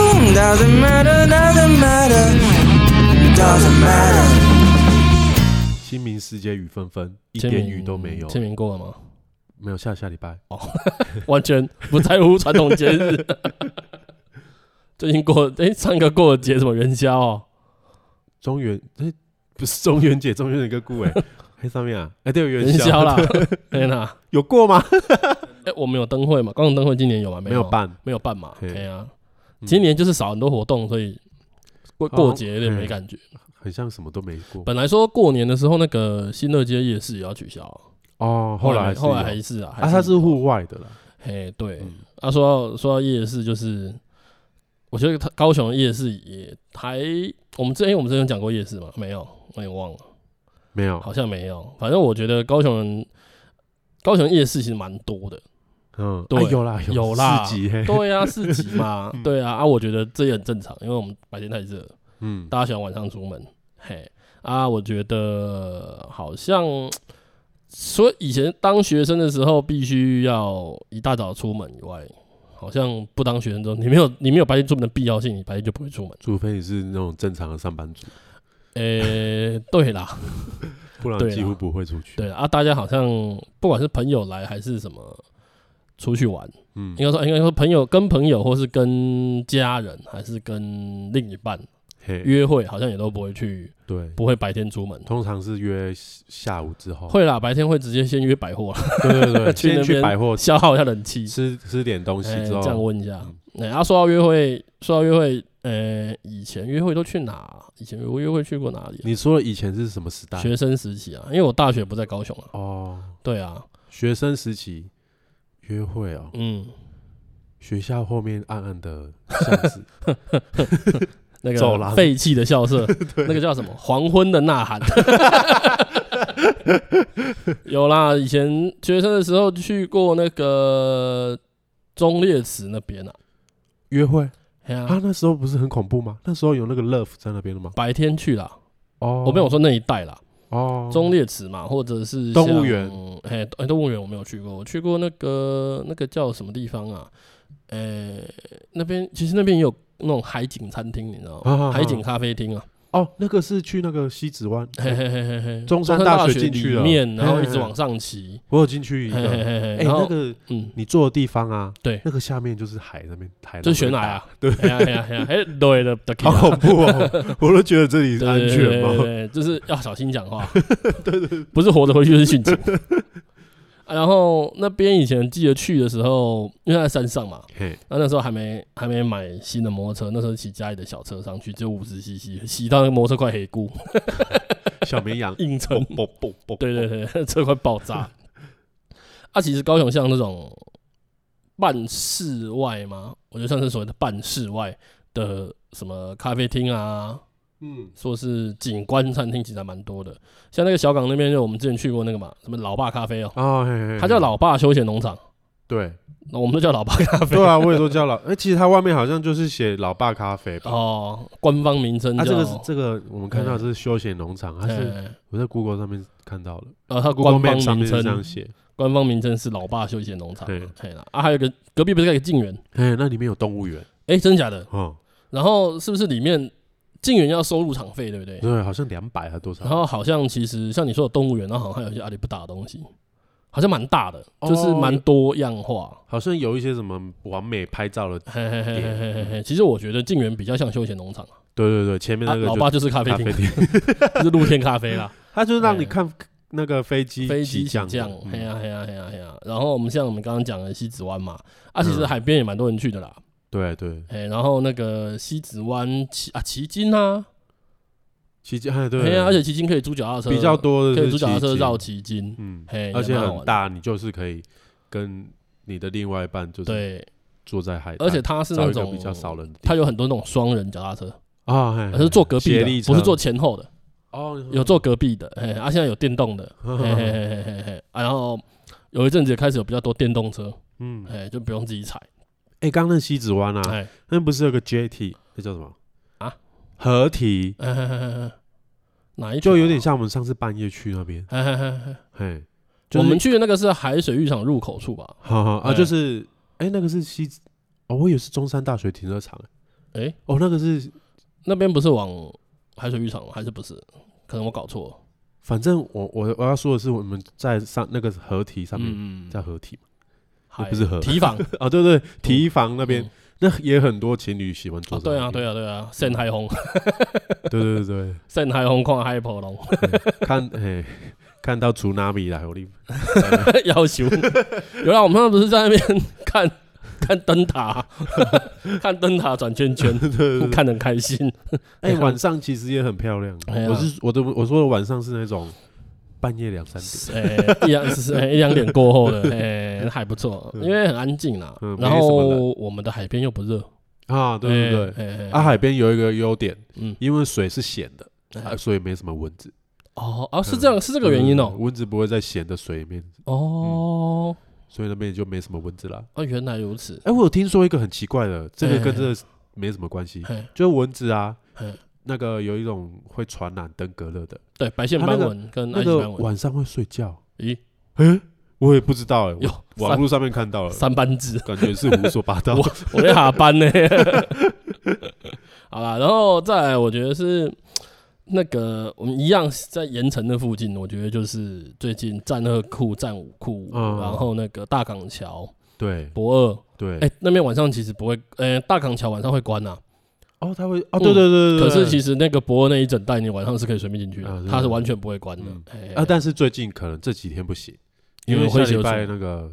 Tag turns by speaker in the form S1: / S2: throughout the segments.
S1: Doesn't matter, doesn't matter, doesn't matter.
S2: 新民世界雨纷纷，一
S3: 签
S2: 点
S3: 名
S2: 雨都没有，
S3: 签名过了吗？
S2: 没有下下礼拜。
S3: 完全不在乎传统节日。 最近过，哎、上一个过的节什么元宵哦，
S2: 中元哎、不是中元节，中元节个顾哎， 黑上面啊，哎、对，元，
S3: 元宵啦 天哪！
S2: 有过吗？
S3: 哎、我们有灯会嘛？高雄灯会今年有吗？
S2: 没
S3: 有
S2: 有，办，
S3: 没有办嘛？
S2: 嘿
S3: 对啊，
S2: 嗯
S3: 今年就是少很多活动，所以过
S2: 好像
S3: 过节有点没感觉。
S2: 很像什么都没过。
S3: 本来说过年的时候那个新乐街夜市也要取消，啊
S2: 哦，后来还是
S3: 后来
S2: 有
S3: 还是啊，
S2: 啊，它是户外的啦，
S3: 嘿，对
S2: 嗯，
S3: 啊，说到说到夜市，就是我觉得它高雄的夜市也还，我们之前、诶我们之前有讲过夜市吗？没有，我有点忘了，
S2: 没有，
S3: 好像没有。反正我觉得高雄人，高雄夜市其实蛮多的。
S2: 嗯，
S3: 对
S2: 啊有啦，
S3: 有啦
S2: 四 级嘿，
S3: 对啊，市集嘛，对啊，啊，我觉得这也很正常，因为我们白天太热了，
S2: 嗯，
S3: 大家喜欢晚上出门。嘿，啊，我觉得好像，所以以前当学生的时候，必须要一大早出门以外，好像不当学生之后，你没有你没有白天出门的必要性，你白天就不会出门。
S2: 除非你是那种正常的上班
S3: 啊
S2: 族，
S3: 诶、对啦，
S2: 不然
S3: 对啦
S2: 几乎不会出去。
S3: 对啦啊，大家好像不管是朋友来还是什么。出去玩，
S2: 嗯
S3: 应，该说，应该说，朋友跟朋友，或是跟家人，还是跟另一半，
S2: 嘿，
S3: 约会好像也都不会去，
S2: 对，
S3: 不会白天出门。
S2: 通常是约下午之后，
S3: 会啦，白天会直接先约百货啦，
S2: 对对对，
S3: 去那
S2: 先去
S3: 边
S2: 百货
S3: 消耗一下冷气，
S2: 吃吃点东西
S3: 哎
S2: 之
S3: 降
S2: 后，
S3: 温一下
S2: 嗯。
S3: 哎，啊，说到约会，说到约会，呃，以前约会都去哪？以前我约会去过哪里
S2: 你说以前是什么时
S3: 啊？
S2: 代？
S3: 学生时期啊，因为我大学不在高雄啊。
S2: 哦，
S3: 对啊，
S2: 学生时期约会哦，
S3: 嗯，
S2: 学校后面暗暗的巷子，
S3: 那
S2: 走
S3: 个
S2: 廊
S3: 废弃的校 舍，那个叫什么？黄昏的呐喊。 有啦，以前学生的时候去过那个中烈祠那边啊。
S2: 约会
S3: 哎呀、
S2: 啊，那时候不是很恐怖吗？那时候有那个 love 在那边的吗？
S3: 白天去啦，
S2: 哦，
S3: 我没有说那一带啦，
S2: 哦，
S3: 中烈池嘛，或者是
S2: 动物
S3: 像
S2: 园，
S3: 哎、哎动物园我没有去过，我去过那个那个叫什么地方啊？呃、那边其实那边也有那种海景餐厅，你知道吗？
S2: 啊啊啊
S3: 海景咖啡厅啊，
S2: 哦，那个是去那个西子湾，
S3: 嘿嘿嘿嘿嘿，
S2: 中山
S3: 山
S2: 大
S3: 大
S2: 学进去
S3: 里
S2: 了
S3: 面，然后
S2: 嘿
S3: 一直
S2: 嘿
S3: 往上骑，
S2: 我有进去一
S3: 嘿
S2: 个，
S3: 嘿
S2: 哎，
S3: 嘿嘿，然
S2: 那
S3: 后
S2: 个
S3: 嗯，
S2: 你坐的地方啊，
S3: 对
S2: 那个下面就是海那边，海
S3: 就
S2: 那
S3: 是悬
S2: 边
S3: 崖
S2: 大，
S3: 啊，对，哎呀哎呀哎呀，哎，对的，的
S2: 好恐怖 哦，我都觉得这里
S3: 对
S2: 安
S3: 对
S2: 全
S3: 对对
S2: 吗？
S3: 对，就是要小心讲 话。对对，不是活着回去 就是殉情。啊然后那边以前记得去的时候，因为它在山上嘛，
S2: 嘿，
S3: 那那时候还没还没买新的摩托车，那时候骑家里的小车上去，就五十 CC，骑到那个摩托车快黑咕，，
S2: 小绵羊
S3: 硬撑
S2: 嘣。嘣嘣嘣，
S3: 对对对， 车快爆炸。啊，其实高雄像那种半室外嘛，我觉得算是所谓的半室外的什么咖啡厅啊，
S2: 嗯，
S3: 说是景观餐厅，其实还蛮多的。像那个小港那边，就我们之前去过那个嘛，什么老爸咖啡哦、
S2: 哦，嘿嘿
S3: 它叫，老爸休闲农场，
S2: 对
S3: 那我们都叫老爸咖啡。
S2: 对啊，我也都叫老，哎，其实它外面好像就是写老爸咖啡吧。
S3: 哦，官方名称
S2: 啊，
S3: 叫
S2: 这个是这个，我们看到
S3: 哎
S2: 这是休闲农场，它是
S3: 哎
S2: 我在 Google 上面看到了
S3: 呃，它
S2: ，Google
S3: 官
S2: Map
S3: 方
S2: 上
S3: 名
S2: 面是这样
S3: 称，
S2: 写。
S3: 官方名称是老爸休闲农场。
S2: 对，
S3: 对啦，啊，还有一个隔壁不是有一个静园？
S2: 哎，那里面有动物园，
S3: 哎，真假的？
S2: 哦，
S3: 然后是不是里面静园要收入场费，对不对？
S2: 对，好像两百还多少？
S3: 然后好像其实像你说的动物园，然后好像还有一些阿里不达的东西，好像蛮大的，就是
S2: 哦
S3: 蛮多样化。
S2: 好像有一些什么完美拍照的，
S3: 嘿嘿嘿嘿嘿嘿嘿，其实我觉得静园比较像休闲农场，
S2: 对对对，前面
S3: 啊、
S2: 那个
S3: 老
S2: 就
S3: 爸就是咖啡
S2: 咖
S3: 厅
S2: 啡，厅，
S3: 就是露天咖啡啦，
S2: 它就是让你
S3: 哎
S2: 看那个飞机
S3: 飞机
S2: 起
S3: 起
S2: 降
S3: 降
S2: 的，
S3: 嘿
S2: 嗯
S3: 呀嘿呀嘿呀嘿呀。然后我们像我们刚刚讲的西子湾嘛，啊，其实
S2: 嗯
S3: 海边也蛮多人去的啦，
S2: 对对，
S3: 哎，然后那个西子湾奇啊奇经啊，
S2: 骑机，哎对，
S3: 嘿呀，啊而且奇经可以租脚踏车，
S2: 比较多
S3: 可
S2: 的是
S3: 以租脚踏车
S2: 骑
S3: 绕
S2: 机，
S3: 奇经，
S2: 嗯
S3: 嘿，
S2: 而且
S3: 也蛮好玩
S2: 很大，你就是可以跟你的另外一半就是
S3: 对，
S2: 坐在海滩，
S3: 而且它是
S2: 找
S3: 那
S2: 一个
S3: 种
S2: 比较少人的地
S3: 它有很多那种双人脚踏车，
S2: 方啊，嘿
S3: 而是坐隔壁
S2: 斜
S3: 的
S2: 立，
S3: 不
S2: 车
S3: 是坐前后的，
S2: 哦，
S3: 有坐隔壁的，嘿，啊，现在有电动的，嘿嘿嘿嘿嘿嘿，啊然后有一阵子也开始有比较多电动车，
S2: 嗯，
S3: 哎、就不用自己踩，
S2: 哎，刚刚那西子湾啊，
S3: 哎、
S2: 那边不是有个 JT，那叫什么
S3: 啊？
S2: 合体，
S3: 哎哎哎哎哎哪一条
S2: 就有点像我们上次半夜去那边，
S3: 哎哎哎哎
S2: 嘿，
S3: 我们去的那个是海水浴场入口处吧？
S2: 好好啊，
S3: 哎
S2: 就是哎，那个是西子，哦，我以为是中山大学停车场，
S3: 哎、诶，
S2: 哦，那个是，
S3: 那边不是往海水浴场吗？还是不是？可能我搞错了。
S2: 反正我我我要说的是，我们在上那个合体上面，
S3: 嗯，
S2: 在合体嘛，
S3: 还
S2: 不是河
S3: 提防
S2: 哦，对对，提防那边、
S3: 嗯
S2: 那也很多情侣喜欢坐
S3: 啊，
S2: 在
S3: 对啊，
S2: 那边、
S3: 对啊，对啊，盛海红，
S2: 对对对
S3: 盛海红看海婆龙，
S2: 对，看嘿，看到竹纳米来，我哩，
S3: 要求 有啦，我们不是在那边看 看灯塔， 看灯塔转 圈圈，看得很开心。
S2: 哎、
S3: 哎
S2: 晚上其实也很漂亮。
S3: 哎呀
S2: 我是我的我说的晚上是那种半夜两三点，
S3: 哎，一两是哎一两点过后的， 哎还不错，因为很安静啦
S2: 嗯。
S3: 然
S2: 没什么
S3: 后
S2: 人
S3: 我们的海边又不热，
S2: 啊，对对对。
S3: 对
S2: 啊，海边有一个优点，
S3: 嗯
S2: 因为水是咸的，
S3: 哎
S2: 啊所以没什么蚊子。
S3: 哦哦是这样，是这个原因哦
S2: 嗯蚊子不会在咸的水里面，
S3: 哦
S2: 所以那边也就没什么蚊子啦。
S3: 哦原来如此，
S2: 哎、我有听说一个很奇怪的，这个
S3: 哎
S2: 跟这个没什么关系，
S3: 哎
S2: 就是蚊子啊
S3: 哎，
S2: 那个有一种会传染登革热的，
S3: 对白线
S2: 他
S3: 斑
S2: 那个
S3: 纹跟
S2: 那
S3: 埃及
S2: 个
S3: 斑纹，
S2: 晚上会睡觉。
S3: 咦
S2: 哎，我也不知道哎、我
S3: 有
S2: 网络上面看到了，
S3: 三班制。
S2: 感觉是胡说八道。
S3: 我在下班呢。好啦，然后再来，我觉得是那个我们一样在盐城那附近，我觉得就是最近战二库、战五库，
S2: 嗯
S3: 然后那个大港桥、
S2: 对
S3: 博二，
S2: 对，
S3: 哎、那边晚上其实不会，呃、大港桥晚上会关啊，
S2: 哦，他会哦，
S3: 嗯
S2: 对对对对对。
S3: 可是其
S2: 实
S3: 实那个博二那一整带，你晚上是可以随便进去的，
S2: 啊对
S3: 它是完全不会关的。
S2: 嗯
S3: 哎
S2: 啊，但是最近可能这几天不行，因为
S3: 因为
S2: 下
S3: 会
S2: 礼
S3: 修
S2: 拜
S3: 除
S2: 那个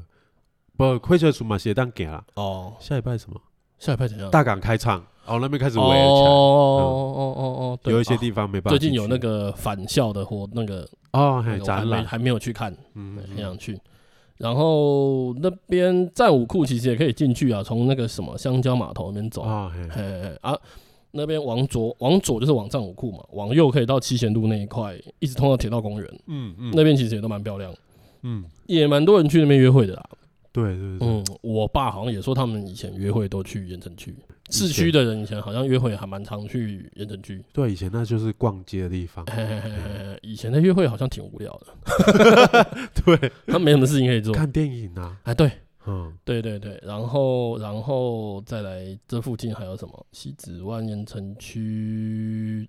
S2: 不会学出马鞋蛋给啦。
S3: 哦，
S2: 下礼拜什么？
S3: 下礼拜怎样？
S2: 大港开唱，哦，那边开始围
S3: 哦哦
S2: 了起来。嗯
S3: 哦哦哦，对
S2: 有一些
S3: 啊
S2: 地方没办法
S3: 最
S2: 进
S3: 近
S2: 去。
S3: 有那个返校的活，那个
S2: 哦，
S3: 那
S2: 嘿，
S3: 个我还
S2: 展
S3: 没
S2: 览，
S3: 还没有去看，
S2: 嗯
S3: 对，很想去。然后那边战武库其实也可以进去啊，从那个什么香蕉码头那边走。
S2: 啊，嘿
S3: 嘿嘿嘿啊，那边往左往左就是往战武库嘛，往右可以到七贤路那一块，一直通到铁道公园。
S2: 嗯嗯，
S3: 那边其实也都蛮漂亮，
S2: 嗯，
S3: 也蛮多人去那边约会的啦。
S2: 对对对，
S3: 嗯，我爸好像也说他们以前约会都去盐城区，
S2: 前
S3: 市区的人以前好像约会还蛮常去盐城区。
S2: 对，以前那就是逛街的地方，
S3: 嘿嘿嘿嘿嘿以前的约会好像挺无聊的，
S2: 对，
S3: 他没什么事情可以做。
S2: 看电影啊，
S3: 哎，对，
S2: 嗯，
S3: 对对对，然后然后再来这附近还有什么？西子湾盐城区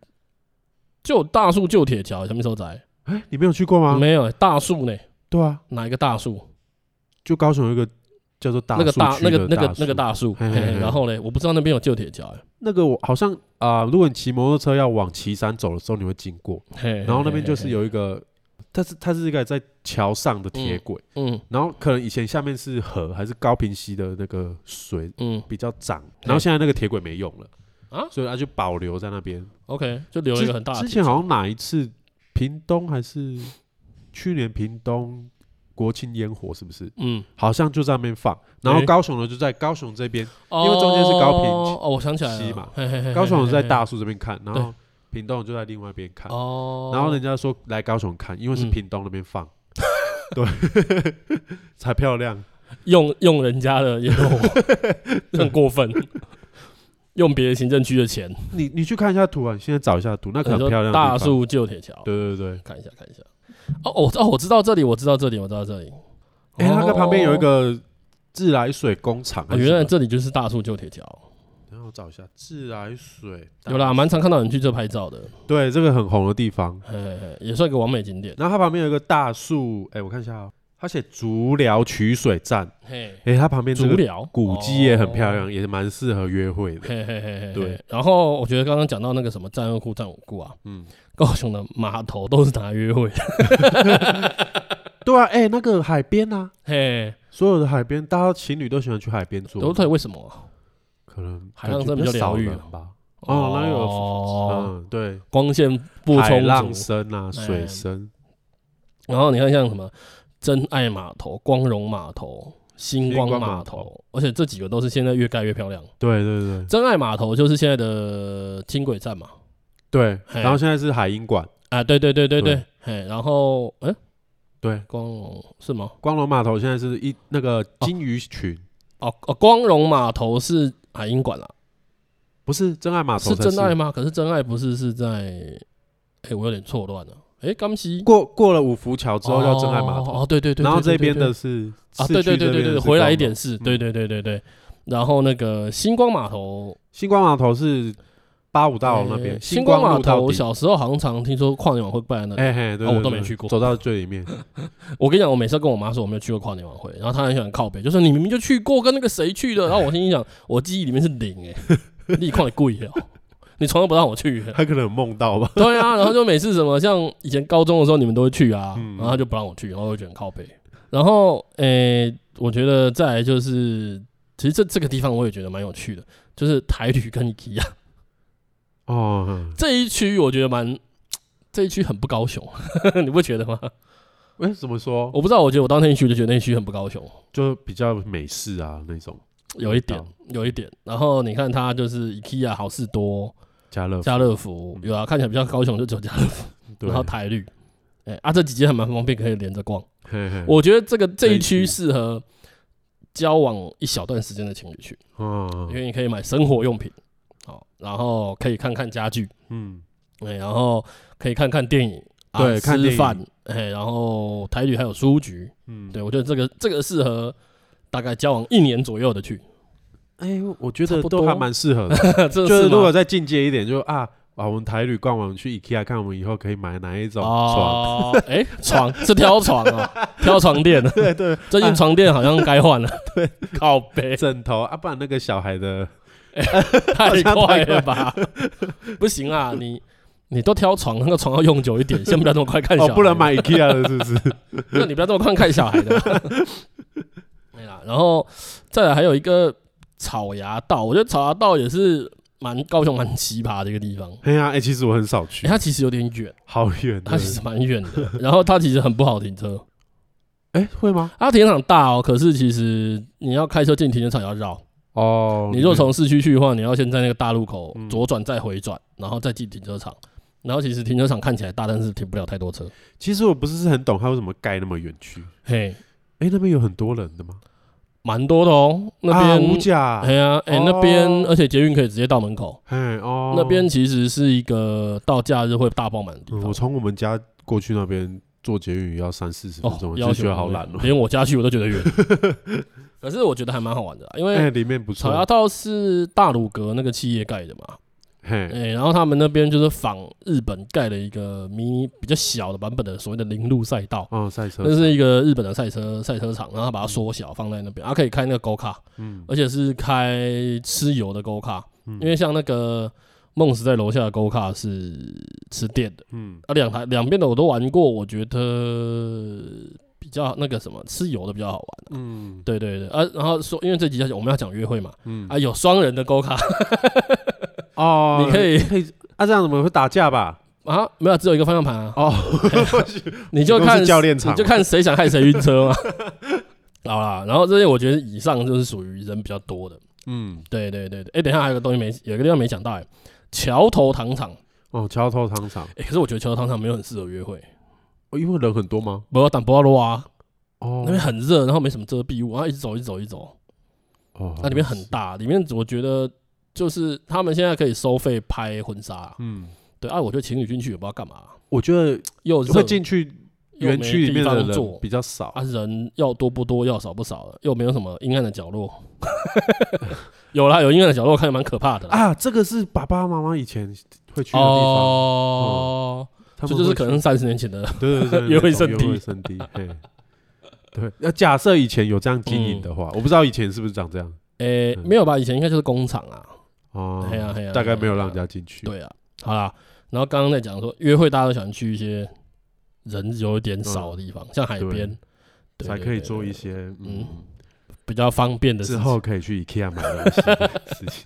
S3: 旧大树旧铁桥，什么时候在？
S2: 哎，你没有去过吗？
S3: 没有大树呢？
S2: 对啊，
S3: 哪一个大树？
S2: 就
S3: 就
S2: 高雄有一个叫做大
S3: 那个
S2: 树
S3: 大
S2: 区
S3: 那个
S2: 的
S3: 那个
S2: 树
S3: 那个大树。
S2: 嘿
S3: 嘿
S2: 嘿嘿
S3: 嘿然后呢，我不知道那边有旧铁桥。欸
S2: 那个我好像啊、如果你骑摩托车要往旗山走的时候，你会经过，
S3: 嘿，
S2: 然后那边就是
S3: 嘿
S2: 有一个，它是它是一个在桥上的
S3: 嗯
S2: 铁轨，
S3: 嘿嘿
S2: 然后可能以前下面是河还是高平溪的那个水
S3: 嗯嗯
S2: 比较涨，然后现在那个铁轨没用了
S3: 啊
S2: 所以它就保留在那边。
S3: ，OK，就留了一个很大的
S2: 之
S3: 铁
S2: 前
S3: 桥
S2: 好像哪一次屏东还是去年屏东国庆烟火是不是？
S3: 嗯，
S2: 好像就在那边放，然后
S3: 诶
S2: 高雄呢就在高雄这边，
S3: 因
S2: 为中间是高平
S3: 哦，哦我想起来
S2: 溪
S3: 了
S2: 嘛，
S3: 嘿嘿嘿
S2: 高雄
S3: 嘿
S2: 有
S3: 嘿
S2: 在
S3: 嘿
S2: 大树这边看，然
S3: 对
S2: 后屏东就在另外一边看。
S3: 哦，
S2: 啊然后人家说来高雄看，因为是
S3: 嗯
S2: 屏东那边 放，对， 才漂亮。
S3: 用用人家 的也有很过分，用别的行政区的钱，
S2: 你你去看一下图啊，你现在找一下图，那可
S3: 你
S2: 很漂
S3: 说
S2: 亮。
S3: 大，树旧铁桥，
S2: 对对对。
S3: 看一下看一下。哦，我哦，我知道这里，我知道这里，我知道这里。
S2: 哎，那个旁边有一
S3: 哦，
S2: 个自来水工厂
S3: 哦
S2: 还是什么，
S3: 原来这里就是大树旧铁桥，
S2: 然后我找一下自来水，
S3: 有啦，蛮常看到人去这拍照的，
S2: 对，这个很红的地方。
S3: 嘿嘿嘿也算一个完美景点。
S2: 然后它旁边有一个大树，哎，我看一下哦，它写竹寮取水站，
S3: 嘿，
S2: 哎，它旁边这
S3: 足
S2: 个
S3: 疗
S2: 古迹也很漂。
S3: 哦
S2: 亮，也蛮适合约会的。
S3: 嘿嘿嘿嘿，
S2: 对
S3: 对。然后我觉得刚刚讲到那个什么战二库、战五库啊，
S2: 嗯，
S3: 高雄的码头都是拿来约 会的。
S2: 对啊，哎，那个海边啊，
S3: 嘿，
S2: 所有的海边，大家情侣都喜欢去海边做，
S3: 都对，为什么啊？
S2: 可能
S3: 海浪
S2: 感
S3: 真
S2: 觉
S3: 的比较
S2: 少
S3: 疗愈
S2: 人
S3: 啊
S2: 吧。哦，那有
S3: 哦，
S2: 嗯，对，
S3: 光线不
S2: 海
S3: 充
S2: 浪
S3: 足。
S2: 声啊，水
S3: 嗯
S2: 声，
S3: 然后你看像什么真爱码头、光荣码头、星光
S2: 星光
S3: 码
S2: 码
S3: 头
S2: 头，
S3: 而且这几个都是现在越盖越漂亮。
S2: 对对对
S3: 真爱码头就是现在的轻轨站嘛，
S2: 对。
S3: 嘿
S2: 然后现在是海鹰馆，
S3: 啊，对对对对对
S2: 对，
S3: 嘿，然后哎，
S2: 对，
S3: 光荣是吗？
S2: 光荣码头现在是一那个金鱼群，
S3: 哦哦，光荣码头是海英馆啦，
S2: 不是真爱码头
S3: 是
S2: 才，
S3: 真爱吗？可是真爱不是是在，哎，我有点错乱了，哎，刚西
S2: 过过了五福桥之后叫真爱码
S3: 哦
S2: 头，
S3: 哦，对对对，
S2: 然后
S3: 对
S2: 这
S3: 对
S2: 边
S3: 对
S2: 的是
S3: 啊，对对对对对，回来一点是，
S2: 嗯
S3: 对对对对对。然后那个星光码头，
S2: 星光码头是八五大楼那
S3: 呃
S2: 边，
S3: 星光码
S2: 路到
S3: 头，
S2: 底。
S3: 小时候好像常听说跨年晚会办那个。
S2: 哎嘿，对
S3: 哦我
S2: 对
S3: 都
S2: 对
S3: 没去过
S2: 走到最里面，
S3: 我跟你讲，我每次跟我妈说我没有去过跨年晚会，然后她很喜欢靠北，就说你明明就去过，跟那个谁去的。然后我心里想，我记忆里面是零哎、 欸，你跨你贵了，你从来不让我去、哎
S2: 他可能有梦到吧？
S3: 对啊，然后就每次什么像以前高中的时候，你们都会去啊，
S2: 嗯
S3: 然后他就不让我去，然后我就觉得很靠背。然后诶、我觉得再来就是，其实这这个地方我也觉得蛮有趣的，就是台旅跟 IKEA
S2: 哦，嗯
S3: 这一区，我觉得蛮这一区很不高雄， 你不觉得吗？
S2: 哎，怎么说？
S3: 我不知道，我觉得我到那一区就觉得那一区很不高雄，
S2: 就比较美式啊那种，
S3: 有一点，
S2: 哦
S3: 有一点。然后你看它就是 IKEA、好事多、
S2: 家乐福，
S3: 家乐福，有啊，看起来比较高雄就只有家乐福，
S2: 对
S3: 然后台旅，哎、啊这几间还蛮方便，可以连着逛。
S2: 嘿嘿
S3: 我觉得这个这
S2: 这
S3: 一区
S2: 一区
S3: 适合交往一小段时间的情侣去，
S2: 哦
S3: 因为你可以买生活用品，好，然后可以看看家具，
S2: 嗯，
S3: 哎，然后可以看看电影，啊
S2: 对看
S3: 吃
S2: 电影
S3: 饭，哎，然后台旅还有书局，
S2: 嗯，
S3: 对我觉得这个这个适合大概交往一年左右的去，
S2: 哎，我觉
S3: 差
S2: 得
S3: 不多
S2: 都还蛮适合的。
S3: 这
S2: 就是
S3: 是
S2: 如
S3: 吗
S2: 果再进阶一点，就啊啊，我们台旅逛完去 IKEA 看，我们以后可以买哪一种床？
S3: 哦，哎，床是挑床啊，挑床 垫的，对对，最
S2: 啊
S3: 近床垫好像该换了，对，靠背，
S2: 枕头啊，不然那个小孩 的
S3: 太快了吧？不行啊，你你都挑床，那个床要用久一点，先不要这么快看小
S2: 哦
S3: 孩，，
S2: 不能买 IKEA 的，是不是？
S3: 那你不要这么快看小孩的嘛。对啦，然后再来还有一个草芽道，我觉得草芽道也是蛮高雄蛮奇葩的一个地方。
S2: 哎呀，哎，其实我很少
S3: 欸
S2: 去，
S3: 它其实有点远，
S2: 好远的。
S3: 它其实蛮远的， 然后它其实很不好停车。
S2: 哎，会吗？
S3: 它停车场大哦，可是其实你要开车进停车场要绕。
S2: 哦，
S3: 你如果从市区去的话，你要先在那个大路口
S2: 嗯
S3: 左转再回转，然后再进停车场。然后其实停车场看起来大，但是停不了太多车。
S2: 其实我不是很懂他为什么盖那么远去。
S3: 嘿，
S2: 哎，那边有很多人的吗？
S3: 蛮多的哦，那
S2: 啊
S3: 边
S2: 五。甲
S3: 哎，呀，哎，
S2: 哦
S3: 那边而且捷运可以直接到门口，
S2: 哎哦，
S3: 那边其实是一个到假日会大爆满的地
S2: 嗯
S3: 方
S2: 我。从我们家过去那边坐捷运也要三四十分钟，
S3: 哦，
S2: 我嗯
S3: 要
S2: 就觉
S3: 求
S2: 得好懒哦。
S3: 连我家去我都觉得远。可是我觉得还蛮好玩的啊，因
S2: 哎，
S3: 为
S2: 里面不
S3: 草芽
S2: 错，
S3: 道是大鲁阁那个企业盖的嘛，
S2: 嘿，
S3: 哎，然后他们那边就是仿日本盖了一个迷比较小的版本的所谓的零路赛道，
S2: 哦，赛车，
S3: 那是一个日本的赛车赛车场，然后他把它缩小放在那边，它啊可以开那个 Go 卡，
S2: 嗯，
S3: 而且是开吃油的 Go 卡，
S2: 因
S3: 因为像那个梦时在楼下的 Go 卡是吃电的，
S2: 嗯，
S3: 啊两台两边的我都玩过，我觉得比较那个什么吃油的比较好玩，
S2: 嗯，
S3: 对对对，啊然后说因为这集要讲我们要讲约会嘛，
S2: 嗯，
S3: 啊有双人的 Go 卡
S2: 哦，
S3: 你可以
S2: 可以，啊，这样怎么会打架吧？
S3: 啊没有只有一个方向盘啊，
S2: 哦，
S3: 你就看
S2: 都是教练场
S3: 你就看谁想害谁晕车 嘛。好啦，然后这些我觉得以上就是属于人比较多的。
S2: 嗯，
S3: 对对对对，哎、等一下还有个东西没，有一个地方没讲到、哎，桥头糖厂。
S2: 哦，桥头糖厂，
S3: 哎、可是我觉得桥头糖厂没有很适合约会，
S2: 哦因为人很多吗？
S3: 不要挡不要路啊，
S2: 哦
S3: 那，边很热，然后没什么遮蔽物，然后一直走一直走一直走，
S2: 哦，
S3: 那里面很，大，里面我觉得就是他们现在可以收费拍婚纱、
S2: 嗯，
S3: 对啊，我觉得情侣进去也不知道干嘛，
S2: 我觉得
S3: 又热
S2: 会进去
S3: 又没
S2: 园区里面的
S3: 地方坐
S2: 人比较少
S3: 啊，人要多不多，要少不少了，又没有什么阴暗的角落。 有啦，有阴暗的角落，我看着蛮可怕的啦。
S2: 啊，这个是爸爸妈妈以前会去的地方，
S3: 哦，
S2: 他
S3: 这
S2: 们
S3: 就是
S2: 会
S3: 可
S2: 去
S3: 能三十年前的，
S2: 对对 对，
S3: 约会
S2: 那种约
S3: 圣
S2: 会
S3: 地
S2: 圣地， 嘿，对。那假设以前有这样经营的
S3: 嗯
S2: 话，我不知道以前是不是长这样
S3: 诶，
S2: 嗯
S3: 没有吧？以前应该就是工厂啊。
S2: 哦
S3: 嘿啊嘿啊
S2: 大概
S3: 嘿啊
S2: 没有让人家进去。
S3: 对啊，好啦，然后刚刚在讲说约会，大家都喜欢去一些人有点少的地方，像海边，对
S2: 嗯才
S3: 对
S2: 可以
S3: 对
S2: 做
S3: 对
S2: 一些嗯
S3: 嗯比较方便的事
S2: 之
S3: 情。
S2: 后可以去 IKEA 买东西的事 情。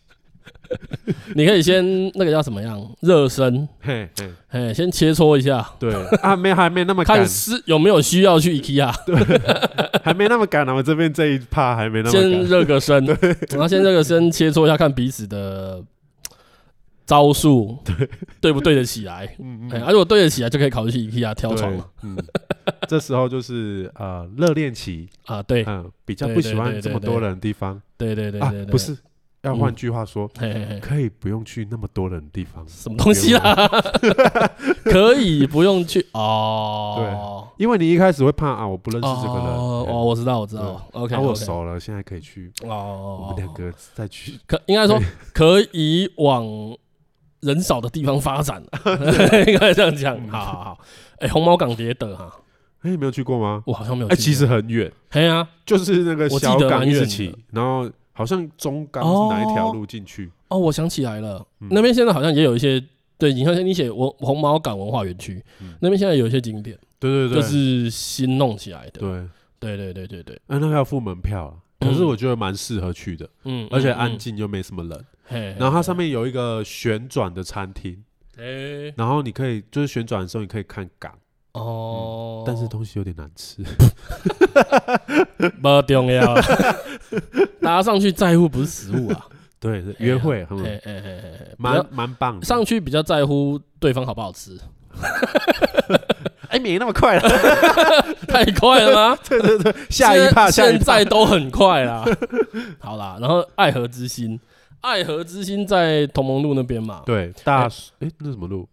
S3: 你可以先那个叫什么样热身，
S2: 嘿，嘿，
S3: 哎，先切磋一下，
S2: 对啊，没还没那么赶
S3: 看，是有没有需要去 IKEA。
S2: 还没那么赶啊。我这边这一趴还没那
S3: 先
S2: 么
S3: 热 个身，然后先热个身，切磋一下看彼此的 招数，对不对得起来？嗯嗯。啊，如果对得起来，就可以考虑去 IKEA 挑
S2: 赶。
S3: 床
S2: 对
S3: 了，
S2: 嗯，这时候就是呃热恋期，
S3: 啊。对
S2: 嗯，比较
S3: 对
S2: 不
S3: 对
S2: 喜
S3: 对
S2: 欢这
S3: 对
S2: 么
S3: 对
S2: 多人的地方
S3: 对对对
S2: 啊
S3: 对，对，嗯
S2: 不是要换句话说，
S3: 嘿嘿嘿，
S2: 可以不用去那么啊多人的地方，
S3: 什么东西啦？ 可以不用去哦。
S2: 因为你一开始会怕啊，我不认识这个人，
S3: 哦哦，
S2: 我
S3: 我知道，我知道。OK，
S2: 啊我
S3: OK
S2: 熟了，现在可以去，
S3: 哦
S2: 我
S3: 哦
S2: 们，两个再去，
S3: 可应该说可以往人少的地方发展，啊 应该这样
S2: 嗯
S3: 讲。好好好，哎，红毛港蝶的哈，
S2: 哎，你没有去过吗？
S3: 我好像没有
S2: 哎，
S3: 去过。
S2: 其实很远，
S3: 嘿啊，
S2: 就是那个
S3: 哦我记
S2: 小
S3: 得
S2: 港
S3: 蛮
S2: 一
S3: 远
S2: 直
S3: 的
S2: 起，然后好像中港是哪一条
S3: 哦
S2: 路进去？
S3: 哦，我想起来了，
S2: 嗯
S3: 那边现在好像也有一些。对，你看，你写文红毛港文化园区、
S2: 嗯
S3: 那边现在有一些景点，
S2: 对对
S3: 就
S2: 对，
S3: 是新弄起来的。
S2: 对，
S3: 对对对对对，
S2: 那那个要付门票啊，可是我觉得蛮适合去的，
S3: 嗯，
S2: 而且
S3: 嗯
S2: 安。
S3: 嗯哎
S2: 静又没什么人。
S3: 嘿，
S2: 然后它上面有一个旋转的餐厅，
S3: 面，哎，
S2: 然后你可以就是旋转的时候你可以看港，
S3: 哦，
S2: 但是东西有点难吃。
S3: 不重要，啊大家上去在乎不是食物啊，
S2: 对，是约会很
S3: 哎哎哎哎，嘿比较
S2: 嗯蛮蛮棒的。
S3: 上去比较在乎对方好不好吃，
S2: 哎，没那么快了，
S3: 太快了吗？
S2: 下一趴，
S3: 现
S2: 下
S3: 在
S2: 一
S3: 现
S2: 趴。
S3: 在都很 快啦。好啦，然后爱河之心，爱河之心在同盟路那边嘛，
S2: 对，大树哎，那什么路？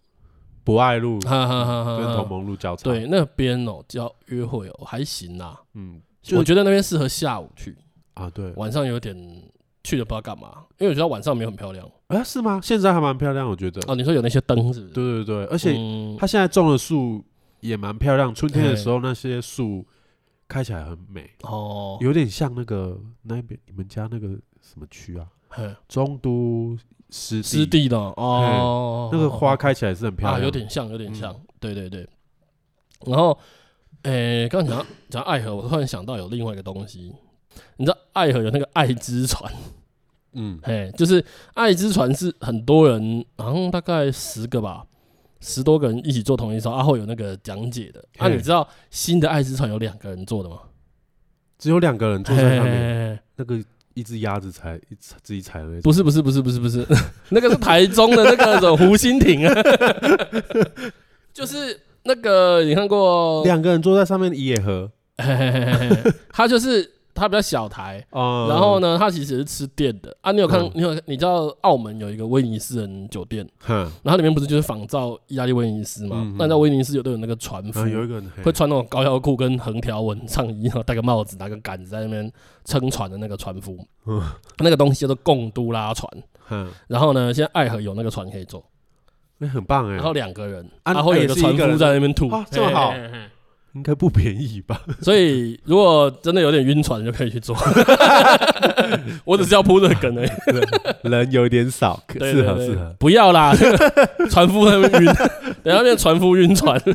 S2: 博爱路
S3: 哈哈哈
S2: 跟
S3: 哈哈
S2: 同盟路交叉。，
S3: 啊对那边哦叫约会哦还行啦，
S2: 嗯，就
S3: 我觉得那边适合下午去，
S2: 啊，对，
S3: 晚上有点去了不知道干嘛，因为我觉得晚上没有很漂亮
S2: 啊，是吗？现在还蛮漂亮，我觉得。
S3: 哦。你说有那些灯是不是？
S2: 对对对，而
S3: 而
S2: 且它现在种的树也蛮漂亮，春天的时候那些树开起来很美，
S3: 哦，
S2: 有点像那个那边你们家那个什么区啊？
S3: 嘿
S2: 中都湿
S3: 湿地的哦，
S2: 那个花开起来是很漂
S3: 啊，
S2: 亮，
S3: 有点像，有点
S2: 嗯
S3: 像，对对对。然后，诶，刚讲到讲到爱河，我突然想到有另外一个东西，你知道爱河有那个爱之船，
S2: 嗯
S3: 嘿，就是爱之船是很多人，好像大概十个吧，十多个人一起做同一艘，啊，会有那个讲解的。啊，
S2: 嘿
S3: 你知道新的爱之船有两个人做的吗？
S2: 只有两个人坐在上面，
S3: 嘿
S2: 那个一只鸭子踩一踩自己踩的那种，
S3: 不是不是不是不是不是， 那个是台中的那个什么湖心亭啊， 就是那个你看过
S2: 两个人坐在上面野河，
S3: 嘿嘿嘿嘿嘿它就是它比较小台，
S2: 哦，
S3: 然后？呢，它其实是吃店的啊。你有看
S2: 嗯？
S3: 你有你知道澳门有一个威尼斯人酒店，
S2: 哼，
S3: 然后里面不是就是仿照意大利威尼斯嘛
S2: 嗯嗯？
S3: 那在威尼斯有都有那个船夫
S2: 然后。有一个人嘿
S3: 会穿那种高腰裤跟横条纹上衣，然后戴个帽子，拿个杆子在那边撑船的那个船夫，
S2: 嗯
S3: 那个东西叫做贡都拉船。
S2: 哼，
S3: 然后呢，现在爱河有那个船可以坐，
S2: 那很棒哎
S3: 然，后两个人，
S2: 啊
S3: 然后有一
S2: 也
S3: 个
S2: 是一个
S3: 船
S2: 人
S3: 夫在那边吐
S2: 啊，这么好
S3: 嘿嘿嘿
S2: 应该不便宜吧？
S3: 所以如果真的有点晕船，就可以去做。 我只是要铺这个 梗而已。
S2: 人有点少，可
S3: 对
S2: 适
S3: 对
S2: 合
S3: 对
S2: 适合。
S3: 不要啦， 船夫在那边晕， 等一下变船夫晕船。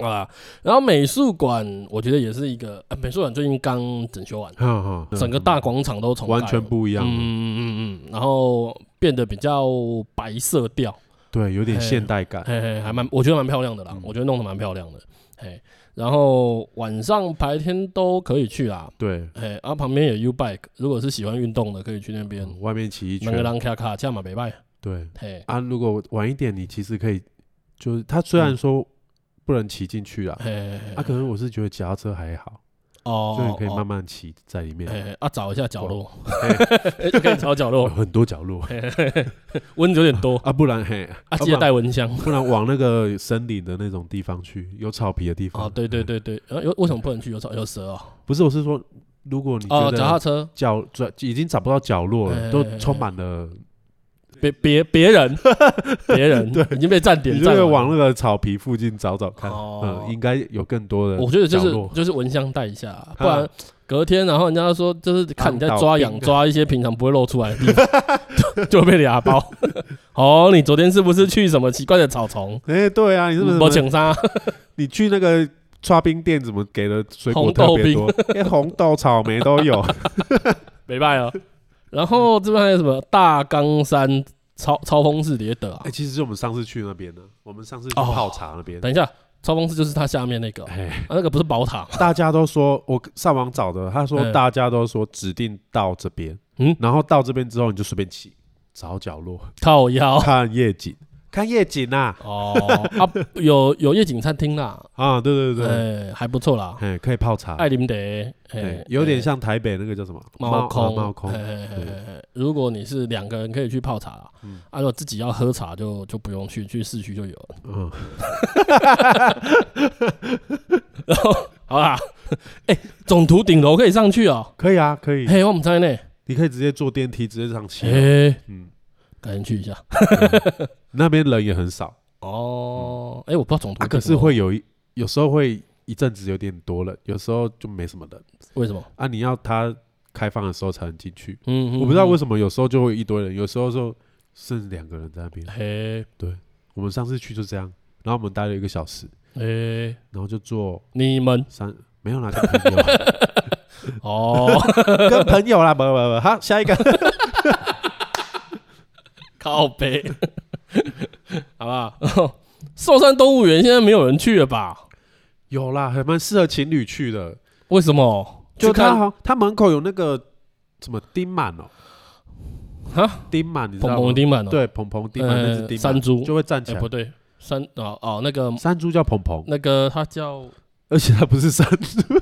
S3: 啊，然后美术馆我觉得也是一个，呃美术馆最近刚整修完，
S2: 哈哈，
S3: 整个大广场都重盖
S2: 嗯
S3: 了
S2: 完全不一样
S3: 嗯
S2: 了，
S3: 嗯嗯嗯，然后变得比较白色调，
S2: 对，有点
S3: 嘿
S2: 现代感。
S3: 嘿嘿，还蛮，我觉得蛮漂亮
S2: 嗯
S3: 的啦，我觉得弄得蛮漂亮的，嘿，然后晚上白天都可以去啦，
S2: 对，
S3: 哎，啊，旁边有 U Bike，如果是喜欢运动的，可以去那边。
S2: 嗯外面骑一
S3: 哎那个
S2: 圈，
S3: 人卡卡，这样嘛，没拜。
S2: 对
S3: 嘿，
S2: 啊。如果晚一点，你其实可以，就是它虽然
S3: 嗯
S2: 说不能骑进去啦，
S3: 嘿，
S2: 啊，可能我是觉得脚踏车还好，
S3: 哎哦，
S2: 所以你可以慢哦
S3: 慢。
S2: 慢骑在里面，
S3: 哎，啊，找一下角落，就 可以找角
S2: 有
S3: 落，
S2: 很多角落
S3: 嘿嘿嘿蚊子有点多
S2: 啊，不然嘿，
S3: 啊，
S2: 不
S3: 记得带
S2: 然
S3: 蚊香。
S2: 不然往那个森林的那种地方去，有草皮的地方。
S3: 哦，对对对对，啊有为什么不能去？有草有蛇哦。
S2: 不是，我是说，如果你觉
S3: 哦，脚踏
S2: 得
S3: 车，
S2: 角转已经找不到角落了，
S3: 哎
S2: 都
S3: 哎哎
S2: 充满了，
S3: 别别别 人，别人已经被占
S2: 你
S3: 点
S2: 就
S3: 占
S2: 会
S3: 完
S2: 往
S3: 了。
S2: 那个草皮附近找找看，
S3: 哦
S2: 嗯，应该有更多的。
S3: 我觉得就
S2: 角
S3: 是
S2: 落
S3: 就是蚊香带一下，啊不然隔天然后人家说就是看你在
S2: 当
S3: 抓
S2: 倒
S3: 痒
S2: 兵的
S3: 抓一些平常不会露出来的地方， 就就被俩包。哦，你昨天是不是去什么奇怪的草丛？
S2: 哎，对啊，你是不是
S3: 我
S2: 什么
S3: 请啥？
S2: 你去那个刷冰店怎么给的水果
S3: 红
S2: 特
S3: 豆
S2: 别
S3: 冰
S2: 多？ 连红豆、草莓都 有。
S3: 没办哦。然后这边还有什么大冈山超超峰寺也得啊
S2: 哎，？其实是我们上次去那边呢，我们上次去
S3: 哦
S2: 泡茶那边，
S3: 等一下，超峰寺就是它下面那个哦，
S2: 哎，
S3: 啊，那个不是宝塔吗？
S2: 大家都说，我上网找的，他说
S3: 嗯
S2: 大家都说指定到这边，嗯
S3: 嗯，
S2: 然后到这边之后你就随便骑，找角落
S3: 靠腰，
S2: 看夜景，哦看夜景呐、
S3: 哦啊，有有夜景餐厅啦，
S2: 啊，对对对对，
S3: 哎，还不错啦，
S2: 哎、可以泡茶，
S3: 爱林得，哎
S2: 哎，，有点
S3: 哎
S2: 像台北那个叫什么
S3: 猫空，
S2: 啊猫空哎
S3: 嘿，嘿嘿
S2: 对
S3: 嘿嘿如果你是两个人，可以去泡茶啦。
S2: 嗯
S3: 啊，如果自己要喝茶就就不用去，去市区就有了。
S2: 嗯，
S3: 然后好啦， 哎、总图顶楼可以上去哦、
S2: 可以啊，可以，
S3: 嘿，我们在呢，
S2: 你可以直接坐电梯直接上七楼，
S3: 嘿，
S2: 啊嗯，
S3: 赶紧去一下。
S2: 那边人也很少
S3: 哦，哎、我不知道总图、
S2: 啊，可是会，有一有时候会一阵子有点多人，有时候就没什么人
S3: 为什么？
S2: 啊，你要它开放的时候才能进去，
S3: 嗯，
S2: 我不知道为
S3: 什
S2: 什么有时候就会一堆人，有时候就甚至两个人在那边
S3: 么。，嘿，
S2: 我们上次去就这样，然后我们待了一个小时，
S3: 哎，
S2: 然后就坐
S3: 你们
S2: 三。没有啦，跟朋友，
S3: 哦，
S2: 跟朋友啦，不不不，好，下一个，
S3: 靠背， 好吧。寿山动物园现在没有人去了吧？
S2: 有啦，还蛮适合情侣去的，
S3: 为什么？
S2: 就
S3: 去
S2: 它
S3: 看
S2: 好，它门口有那个什么丁满哦，
S3: 啊，
S2: 丁满你知
S3: 蓬
S2: 道吗
S3: 蓬？丁满哦，
S2: 对，蓬蓬丁满
S3: 呃
S2: 那只丁满
S3: 山猪
S2: 就会站起
S3: 哎、嗯
S2: 来
S3: 不，对，山哦哦，那个
S2: 山猪叫蓬蓬，
S3: 那个，它叫
S2: 而且它不是山猪，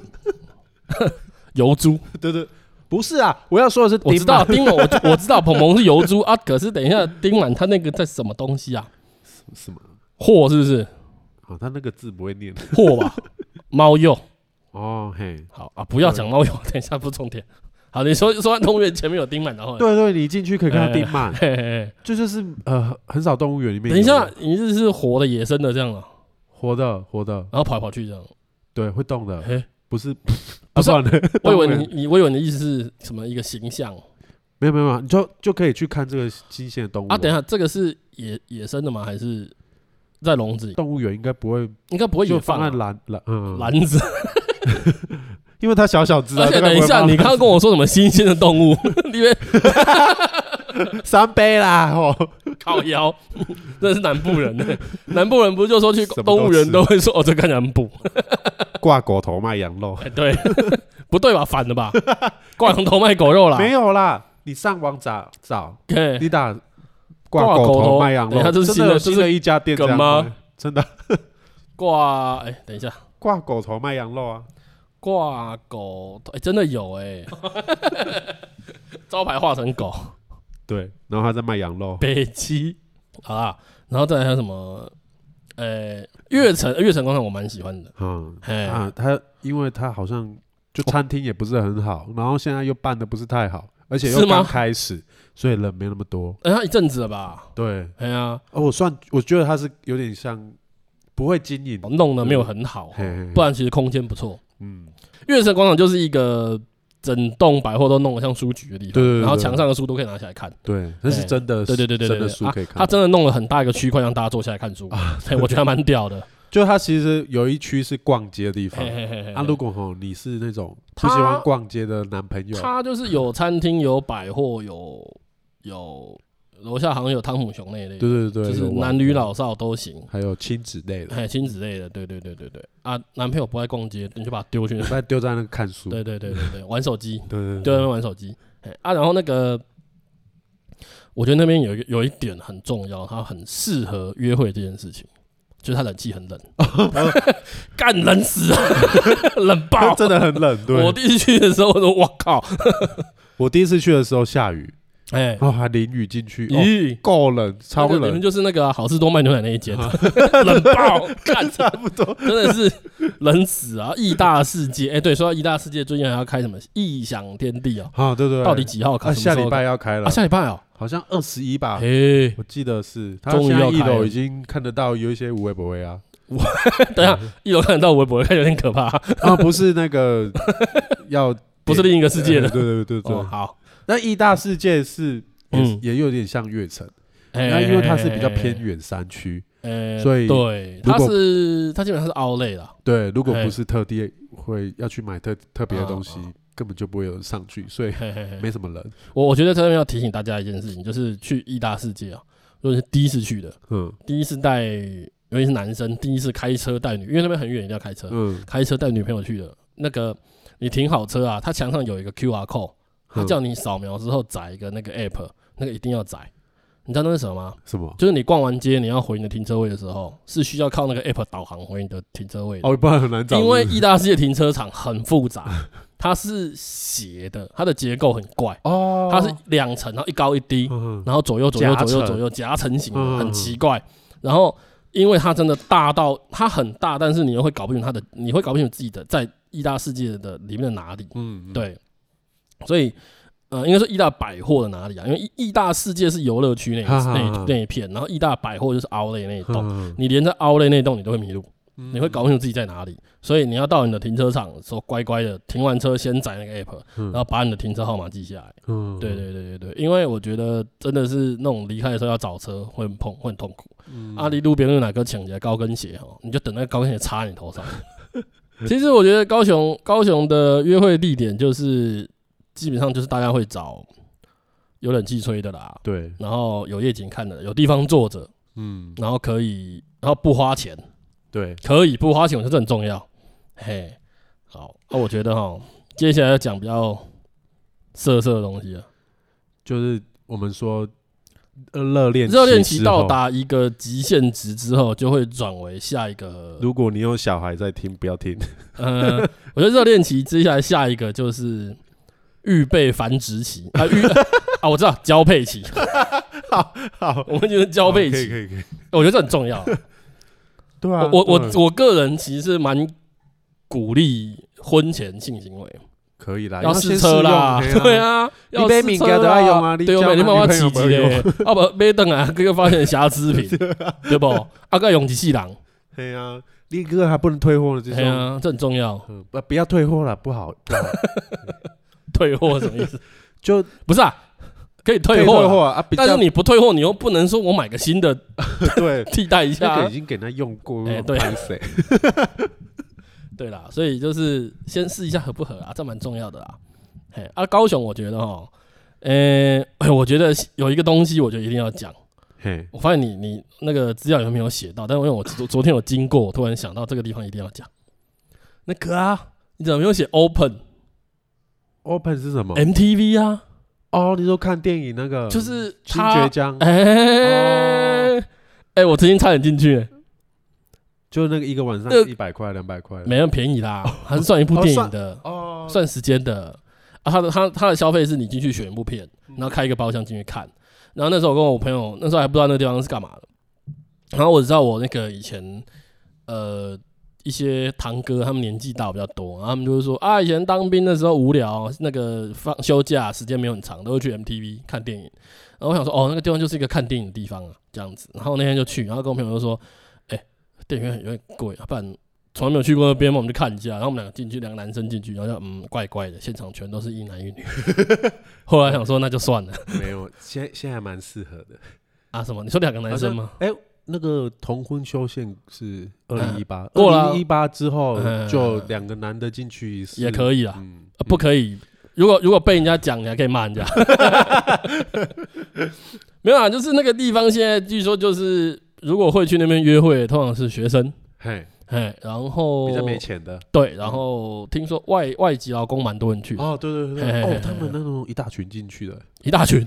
S3: 油猪，
S2: 对对，不是啊，我要说的是
S3: 我
S2: 丁
S3: 知道
S2: 满，
S3: 丁哦满，我知我知道鹏鹏是油猪啊，可是等一下丁满他那个在什么东西啊？
S2: 什么？
S3: 货是不是
S2: 好，哦它那个字不会念
S3: 货 吧？猫鼬
S2: 哦，嘿，
S3: 好啊，不要讲猫鼬，等一下不是重点。好，你说说完动物园前面有丁满，然后呢
S2: 对对，你进去可以看到丁满，
S3: 嘿嘿
S2: 这就是呃，很少动物园里面。
S3: 嘿，哎等一下，，你这是活的野生的这样啊，
S2: 活的活的，
S3: 然后跑来跑去这样。
S2: 对，会动的，
S3: 嘿，
S2: 不是
S3: 哎不是 啊
S2: 算了，
S3: 我以
S2: 动物
S3: 为你
S2: 园
S3: 你我以为你的意思是什么一个形象啊
S2: 没有没有没有，你就就可以去看这个新鲜的动物
S3: 啊？等一
S2: 下，
S3: 下，这个是野野生的吗？还是在笼子里？
S2: 动物园应该不会
S3: 应该不会
S2: 就
S3: 野
S2: 放
S3: 放
S2: 在
S3: 啊
S2: 篮篮嗯，
S3: 篮 子。
S2: 因为它小小只啊，
S3: 而且
S2: 大概
S3: 等一
S2: 不会
S3: 下，
S2: 放
S3: 你刚刚跟我说什么新鲜的动物？ 因为
S2: 三杯啦哦，
S3: 靠腰， 真的是南部人呢。欸南部人不是就说去
S2: 什么都
S3: 动物园
S2: 吃
S3: 都会说哦，这看起来很补。
S2: 挂狗头卖羊肉，
S3: 哎，对，不对吧？反 了吧？挂羊头卖狗 肉啦。
S2: 没有啦，你上网找找，
S3: 嘿，
S2: 你打
S3: 挂
S2: 挂
S3: 狗
S2: 狗
S3: 头
S2: 头卖羊
S3: 等一
S2: 肉
S3: 下，这是
S2: 真的有
S3: 新的这
S2: 新的一家店这
S3: 梗
S2: 样
S3: 吗
S2: 卖？真的
S3: 挂哎，等一下，
S2: 挂狗头卖羊肉啊，
S3: 挂狗头哎，真的有哎， 招牌画成狗，
S2: 对，然后他在卖羊肉，
S3: 北极好啦，然后再来还有什么？呃，悦城悦城广场我蛮喜欢的，
S2: 嗯
S3: 嘿，
S2: 啊，他因为他好像就餐厅也不是很好，然后现在又办的不是太好，而且
S3: 是
S2: 又
S3: 吗
S2: 刚开始，所以人没那么多。
S3: 哎，它一阵子了吧？
S2: 对，
S3: 哎呀，
S2: 哦，我算我觉得他是有点像不会经营，
S3: 弄得没有很好，
S2: 嗯嘿嘿嘿
S3: 哦不然其实空间不错。
S2: 嗯，
S3: 月城广场就是一个整栋百货都弄得像书局的地方，
S2: 对对对
S3: 然后
S2: 对
S3: 墙上的书都可以拿起来看，
S2: 对，那是真的，
S3: 对对对对对
S2: 真的
S3: 对
S2: 书
S3: 啊
S2: 可以看啊
S3: 他。真的弄了很大一个区块让大家坐下来看书，嘿我觉得还蛮 屌的。
S2: 就它其实有一区是逛街的地方
S3: 嘿嘿嘿嘿
S2: 啊。如果吼你是那种
S3: 他
S2: 不喜欢逛街的男朋友，
S3: 他就是有餐厅、有百货、有有楼下好像有汤姆熊那一类，
S2: 对对对，
S3: 就是
S2: 有玩
S3: 男女
S2: 过
S3: 老少都行，
S2: 还有亲子类的，
S3: 还有亲子类的，对对对对对啊，男朋友不爱逛街，你就把他 丢去那，
S2: 把它丢在那个看书，
S3: 对对对对对，玩手 机，
S2: 对！
S3: 对，在那边玩手机。哎啊，然后那个，我觉得那边有一个有一点很重要，它很适合约会这件事情，就是它冷气很冷，干冷死了， 冷爆
S2: 真的很冷。对，
S3: 我第一次去的时候，我说哇靠，
S2: 我第一次去的时候下雨，
S3: 哎、
S2: 然后还淋雨进去，哦
S3: 咦。
S2: 够冷，超
S3: 那个你们
S2: 冷，啊
S3: 就是那个啊、好事多卖牛奶那一间， 冷爆，干
S2: 差不多。
S3: 真的是冷死啊！义大世界，哎、对，说到义大世界，最近还要开什么异想天地哦，
S2: 啊，对对，对
S3: 到底几号开？
S2: 啊
S3: 什么
S2: 下
S3: 时候
S2: 礼
S3: 开
S2: 拜啊要开了
S3: 啊，，下礼拜哦，
S2: 好像二十一吧，
S3: 嘿、
S2: 我记得是。它
S3: 终于
S2: 现在
S3: 要
S2: 一
S3: 开
S2: 楼
S3: 了
S2: 已经看得到有一些无微不微啊，
S3: 等一下，一楼看得到微博，看有点可 怕，
S2: 啊，不是那 个要
S3: 不是另一个世界
S2: 呃
S3: 的。
S2: 对对对对
S3: 哦，
S2: 对。
S3: 好，
S2: 那义大世界是
S3: 嗯
S2: 也也有点像悦城，那
S3: 那
S2: 因为它是比较偏，远山区，
S3: 呃
S2: 所以
S3: 对，
S2: 如
S3: 它
S2: 果
S3: 是它基本上是凹类啦。
S2: 对，如果
S3: 嘿
S2: 不是特地会要去买特特别的东西
S3: 啊啊，
S2: 根本就不会有人上去，所以
S3: 嘿嘿嘿
S2: 没什么人。
S3: 我我觉得这边要提醒大家一件事情，就是去意大世界啊，如果是第一次去的，
S2: 嗯
S3: 第一次带，尤其是男生，第一次开车带女，因为那边很远，一定要开车，
S2: 嗯，
S3: 开车带女朋友去的，那个你停好车啊，它墙上有一个 QR code，它
S2: 嗯
S3: 叫你扫描之后载一个那个 app，那个一定要载。你知道那是什么吗？
S2: 什 么？
S3: 就是你逛完街，你要回你的停车位的时候，是需要靠那个 app 导航回你的停车位的。
S2: 哦，不然很难找。
S3: 因为
S2: 是不是
S3: 意大利的停车场很复杂，它是斜的，它的结构很怪，
S2: 哦，
S3: 它是两层，然后一高一低，
S2: 嗯
S3: 然后左右左右
S2: 夹
S3: 左右
S2: 层
S3: 左右夹层型
S2: 嗯
S3: 的，很奇怪。然后因为它真的大到它很大，但是你又会搞不清楚它的，你会搞不清楚自己的在意大世界的里面的哪里。
S2: 嗯，
S3: 对，所以呃，应该说意大百货的哪里啊？因为意意大世界是游乐区那
S2: 哈哈哈
S3: 那那一片，然后意大百货就是 Outlet 那一栋，
S2: 嗯，
S3: 你连在 Outlet 那一栋你都会迷路，
S2: 嗯
S3: 你会搞不清楚自己在哪里。所以你要到你的停车场的时候，乖乖的停完车先载那个 app，
S2: 嗯
S3: 然后把你的停车号码记下来。
S2: 嗯，
S3: 对对对对对，因为我觉得真的是那种离开的时候要找车会很痛会很痛苦。
S2: 嗯
S3: 阿里路边有哪个抢劫高跟鞋哦，你就等那个高跟鞋插 你头上。其实我觉得高雄高雄的约会地点就是基本上就是大家会找有冷气吹的啦，
S2: 对，
S3: 然后有夜景看的，有地方坐着，
S2: 嗯，
S3: 然后可以，然后不花钱，
S2: 对，
S3: 可以不花钱，我觉得这很重要。嘿，好，那、我觉得哈，接下来要讲比较色色的东西了。啊
S2: 就是我们说呃热恋
S3: 热恋期
S2: 之
S3: 到
S2: 后，
S3: 达一个极限值之后，就会转为下一个
S2: 如果你有小孩在听，不要 听。
S3: 呃，我觉得热恋期接下来下一个就是预备繁殖期啊，预啊，我知道交配期，
S2: 好，
S3: 我们就是交配
S2: 好可以
S3: 期，
S2: 可以可以，
S3: 我觉得这很重要。
S2: 对 啊，
S3: 我我
S2: 对啊
S3: 我我个人其实是蛮鼓励婚前性行为，
S2: 可以啦，
S3: 啊要
S2: 先
S3: 试车啦，
S2: 试用
S3: 对，啊，
S2: 你
S3: 要
S2: 买
S3: 试
S2: 物
S3: 车
S2: 件都要用
S3: 啦
S2: 啊，你
S3: 对，我
S2: 交
S3: 每
S2: 男
S3: 天帮我
S2: 女朋
S3: 起级
S2: 友没
S3: 嘞，啊不，买等啊，这个发现瑕 疵品，对不？啊个用一世人，
S2: 嘿呀、啊，力哥还不能退货了，这
S3: 对
S2: 种。
S3: 啊，这很重要。
S2: 嗯，不不要退货了，不好，不好
S3: 退货什么意思？
S2: 就
S3: 不是啊，可以退
S2: 退
S3: 货啦。
S2: 货啊！啊比较
S3: 但 是你不退货，你又不能说我买个新的
S2: 对
S3: 替代一下
S2: 那个
S3: 啊
S2: 已。经给他用过，
S3: 哎对
S2: 拍谁？
S3: 对啦，所以就是先试一下合不合啊，这蛮重要的啦。嘿，啊，高雄我觉得哈，呃、哎我觉得有一个东西，我觉得一定要讲。
S2: 嘿，
S3: 我发现你你那个资料里面没有写到，但是因为我昨昨天有经过，我突然想到这个地方一定要讲。那个啊，你怎么没有写 Open
S2: 哦 Open 是什么？
S3: MTV 啊？
S2: 哦，你说看电影那个，
S3: 就是
S2: 新
S3: 他
S2: 嗯觉，江，
S3: 哎、哎、我曾经差点进去、
S2: 嗯就那个一个晚上
S3: 那
S2: 一百块、两百块，
S3: 没那么便宜啦，还是算一部
S2: 哦
S3: 电影
S2: 算
S3: 的。
S2: 哦，
S3: 算时间的啊，他的他他的消费是你进去选一部片，然后开一个包厢进去看。然后那时候我跟我朋友，那时候还不知道那个地方是干嘛的。然后我知道我那个以前呃一些堂哥他们年纪大比较多，然后他们就是说啊，以前当兵的时候无聊，那个放休假时间没有很长，都会去 MTV 看电影。然后我想说，哦，那个地方就是一个看电影的地方啊，这样子。然后那天就去，然后跟我朋友就说，哎、电影院有点贵，啊，不然从来没有去过那边嘛，我们就看一下。然后我们两个进去，两个男生进去，然后就嗯，怪怪的，现场全都是一男一女。后来想说那就算了
S2: 没有，现在现在还蛮适合的。
S3: 啊，什么？你说两个男生吗？
S2: 哎、那个同婚修宪是二零一八，
S3: 呃过了啊
S2: 一八之后
S3: 嗯
S2: 就两个男的进去是
S3: 也可以啦，
S2: 嗯
S3: 啊不可以。如果如果被人家讲，你还可以骂 人家。没有啊，就是那个地方现在据说就是，如果会去那边约会，通常是学生，
S2: 嘿，
S3: 哎，然后
S2: 比较没钱的。
S3: 对，然后听说外外籍劳工蛮多人去的，
S2: 哦，对对对对，
S3: 嘿嘿嘿
S2: 哦，他们那种一大群进去的，
S3: 一 大群，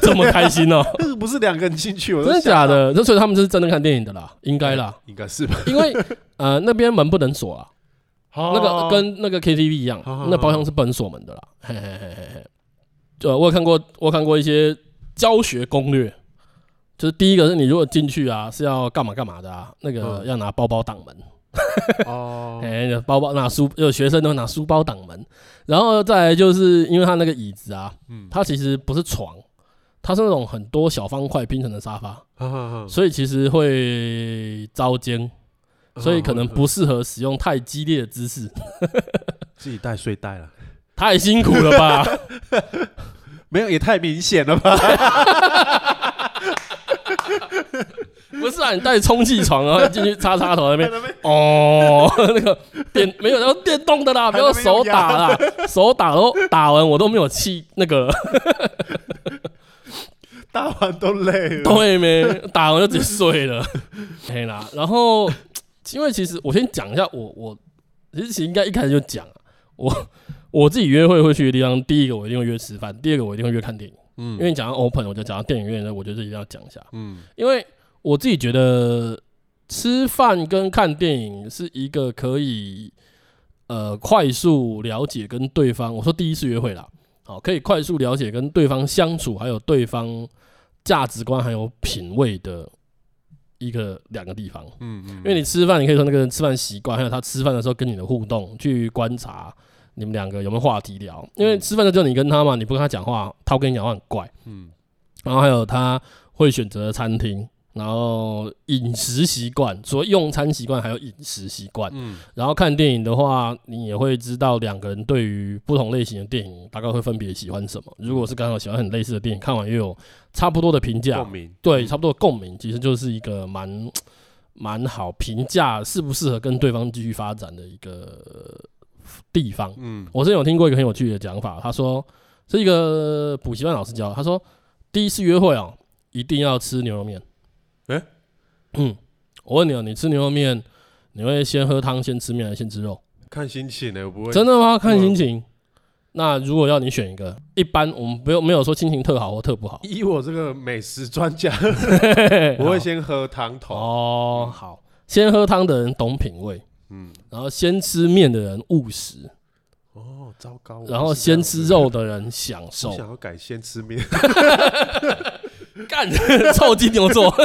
S3: 这么开心哦、
S2: 那个不是两个人进去，我
S3: 真的假？的？那所以他们是真的看电影的啦，应 该啦，，
S2: 应该是吧？
S3: 因为呃那边门不能锁啊， 那
S2: 那
S3: 个跟那个 KTV 一样
S2: 哦好好，
S3: 那包厢是不能锁门的啦。嘿嘿嘿嘿嘿，就我有看过，我有看过一些教学攻略，就是第一个是你如果进去啊是要干嘛干嘛的啊，那个
S2: 嗯
S3: 要拿包包挡门，
S2: 哦，
S3: 哎，包包拿书，有学生都拿书包挡门，然后再来就是因为他那个椅子啊，
S2: 嗯，
S3: 它其实不是床，它是那种很多小方块拼成的沙发。
S2: 哈哈哈
S3: 所以其实会遭奸，所以可能不
S2: 嗯
S3: 适合使用太激烈的姿势，
S2: 自己带睡袋了，
S3: 太辛苦了吧？
S2: 没有也太明显了吧？
S3: 不是啊，你带充气床然后进去插插头那 边，哦，那个电没有，然后电动的啦，不要手打啦，手打都打完我都没有气那 个，
S2: 大完都累了，
S3: 对没？打完就直接睡了， 嘿啦。然后因为其实我先讲一下我我其实应该一开始就讲啊，我我自己约会会去的地方，第一个我一定会约吃饭，第二个我一定会约看电影。
S2: 嗯，
S3: 因为你讲到 open，我就讲到电影院，我觉得一定要讲一下，
S2: 嗯
S3: 因为我自己觉得吃饭跟看电影是一个可以呃快速了解跟对方，我说第一次约会啦，好，可以快速了解跟对方相处，还有对方价值观还有品味的一个两个地方。
S2: 嗯嗯，因
S3: 因为你吃饭，你可以从那个人吃饭习惯，还有他吃饭的时候跟你的互动，去观察你们两个有没有话题聊。因为吃饭的时候你跟他嘛，你不跟他讲话，他会跟你讲话很怪。
S2: 嗯
S3: 然后还有他会选择的餐厅，然后饮食习惯，除了用餐习惯，还有饮食习惯。
S2: 嗯
S3: 然后看电影的话，你也会知道两个人对于不同类型的电影大概会分别喜欢什么。如果是刚好喜欢很类似的电影，看完又有差不多的评价
S2: 共，鸣，嗯
S3: 对，差不多的共鸣，其实就是一个蛮蛮好评价适不适合跟对方继续发展的一个呃地方。
S2: 嗯
S3: 我之前有听过一个很有趣的讲法，他说是一个补习班老师教的，他说第一次约会哦，一定要吃牛肉面。
S2: 诶
S3: 嗯，我问你哦，你吃牛肉面，你会先喝汤，先吃面，还是先吃肉？
S2: 看心情欸呢，我不会啊
S3: 真的吗？看心情。那如果要你选一个，一般我们不用没有说心情特好或特不好，
S2: 以我这个美食专 家，我
S3: 我
S2: 会先喝汤头，
S3: 哦，好，先喝汤的人懂品味，
S2: 嗯
S3: 然后先吃面的人务实，
S2: 哦，糟糕，我
S3: 然后
S2: 不是这样
S3: 先
S2: 子
S3: 吃肉，的人享受
S2: 我。想要改先吃 面，
S3: 干 臭金牛座。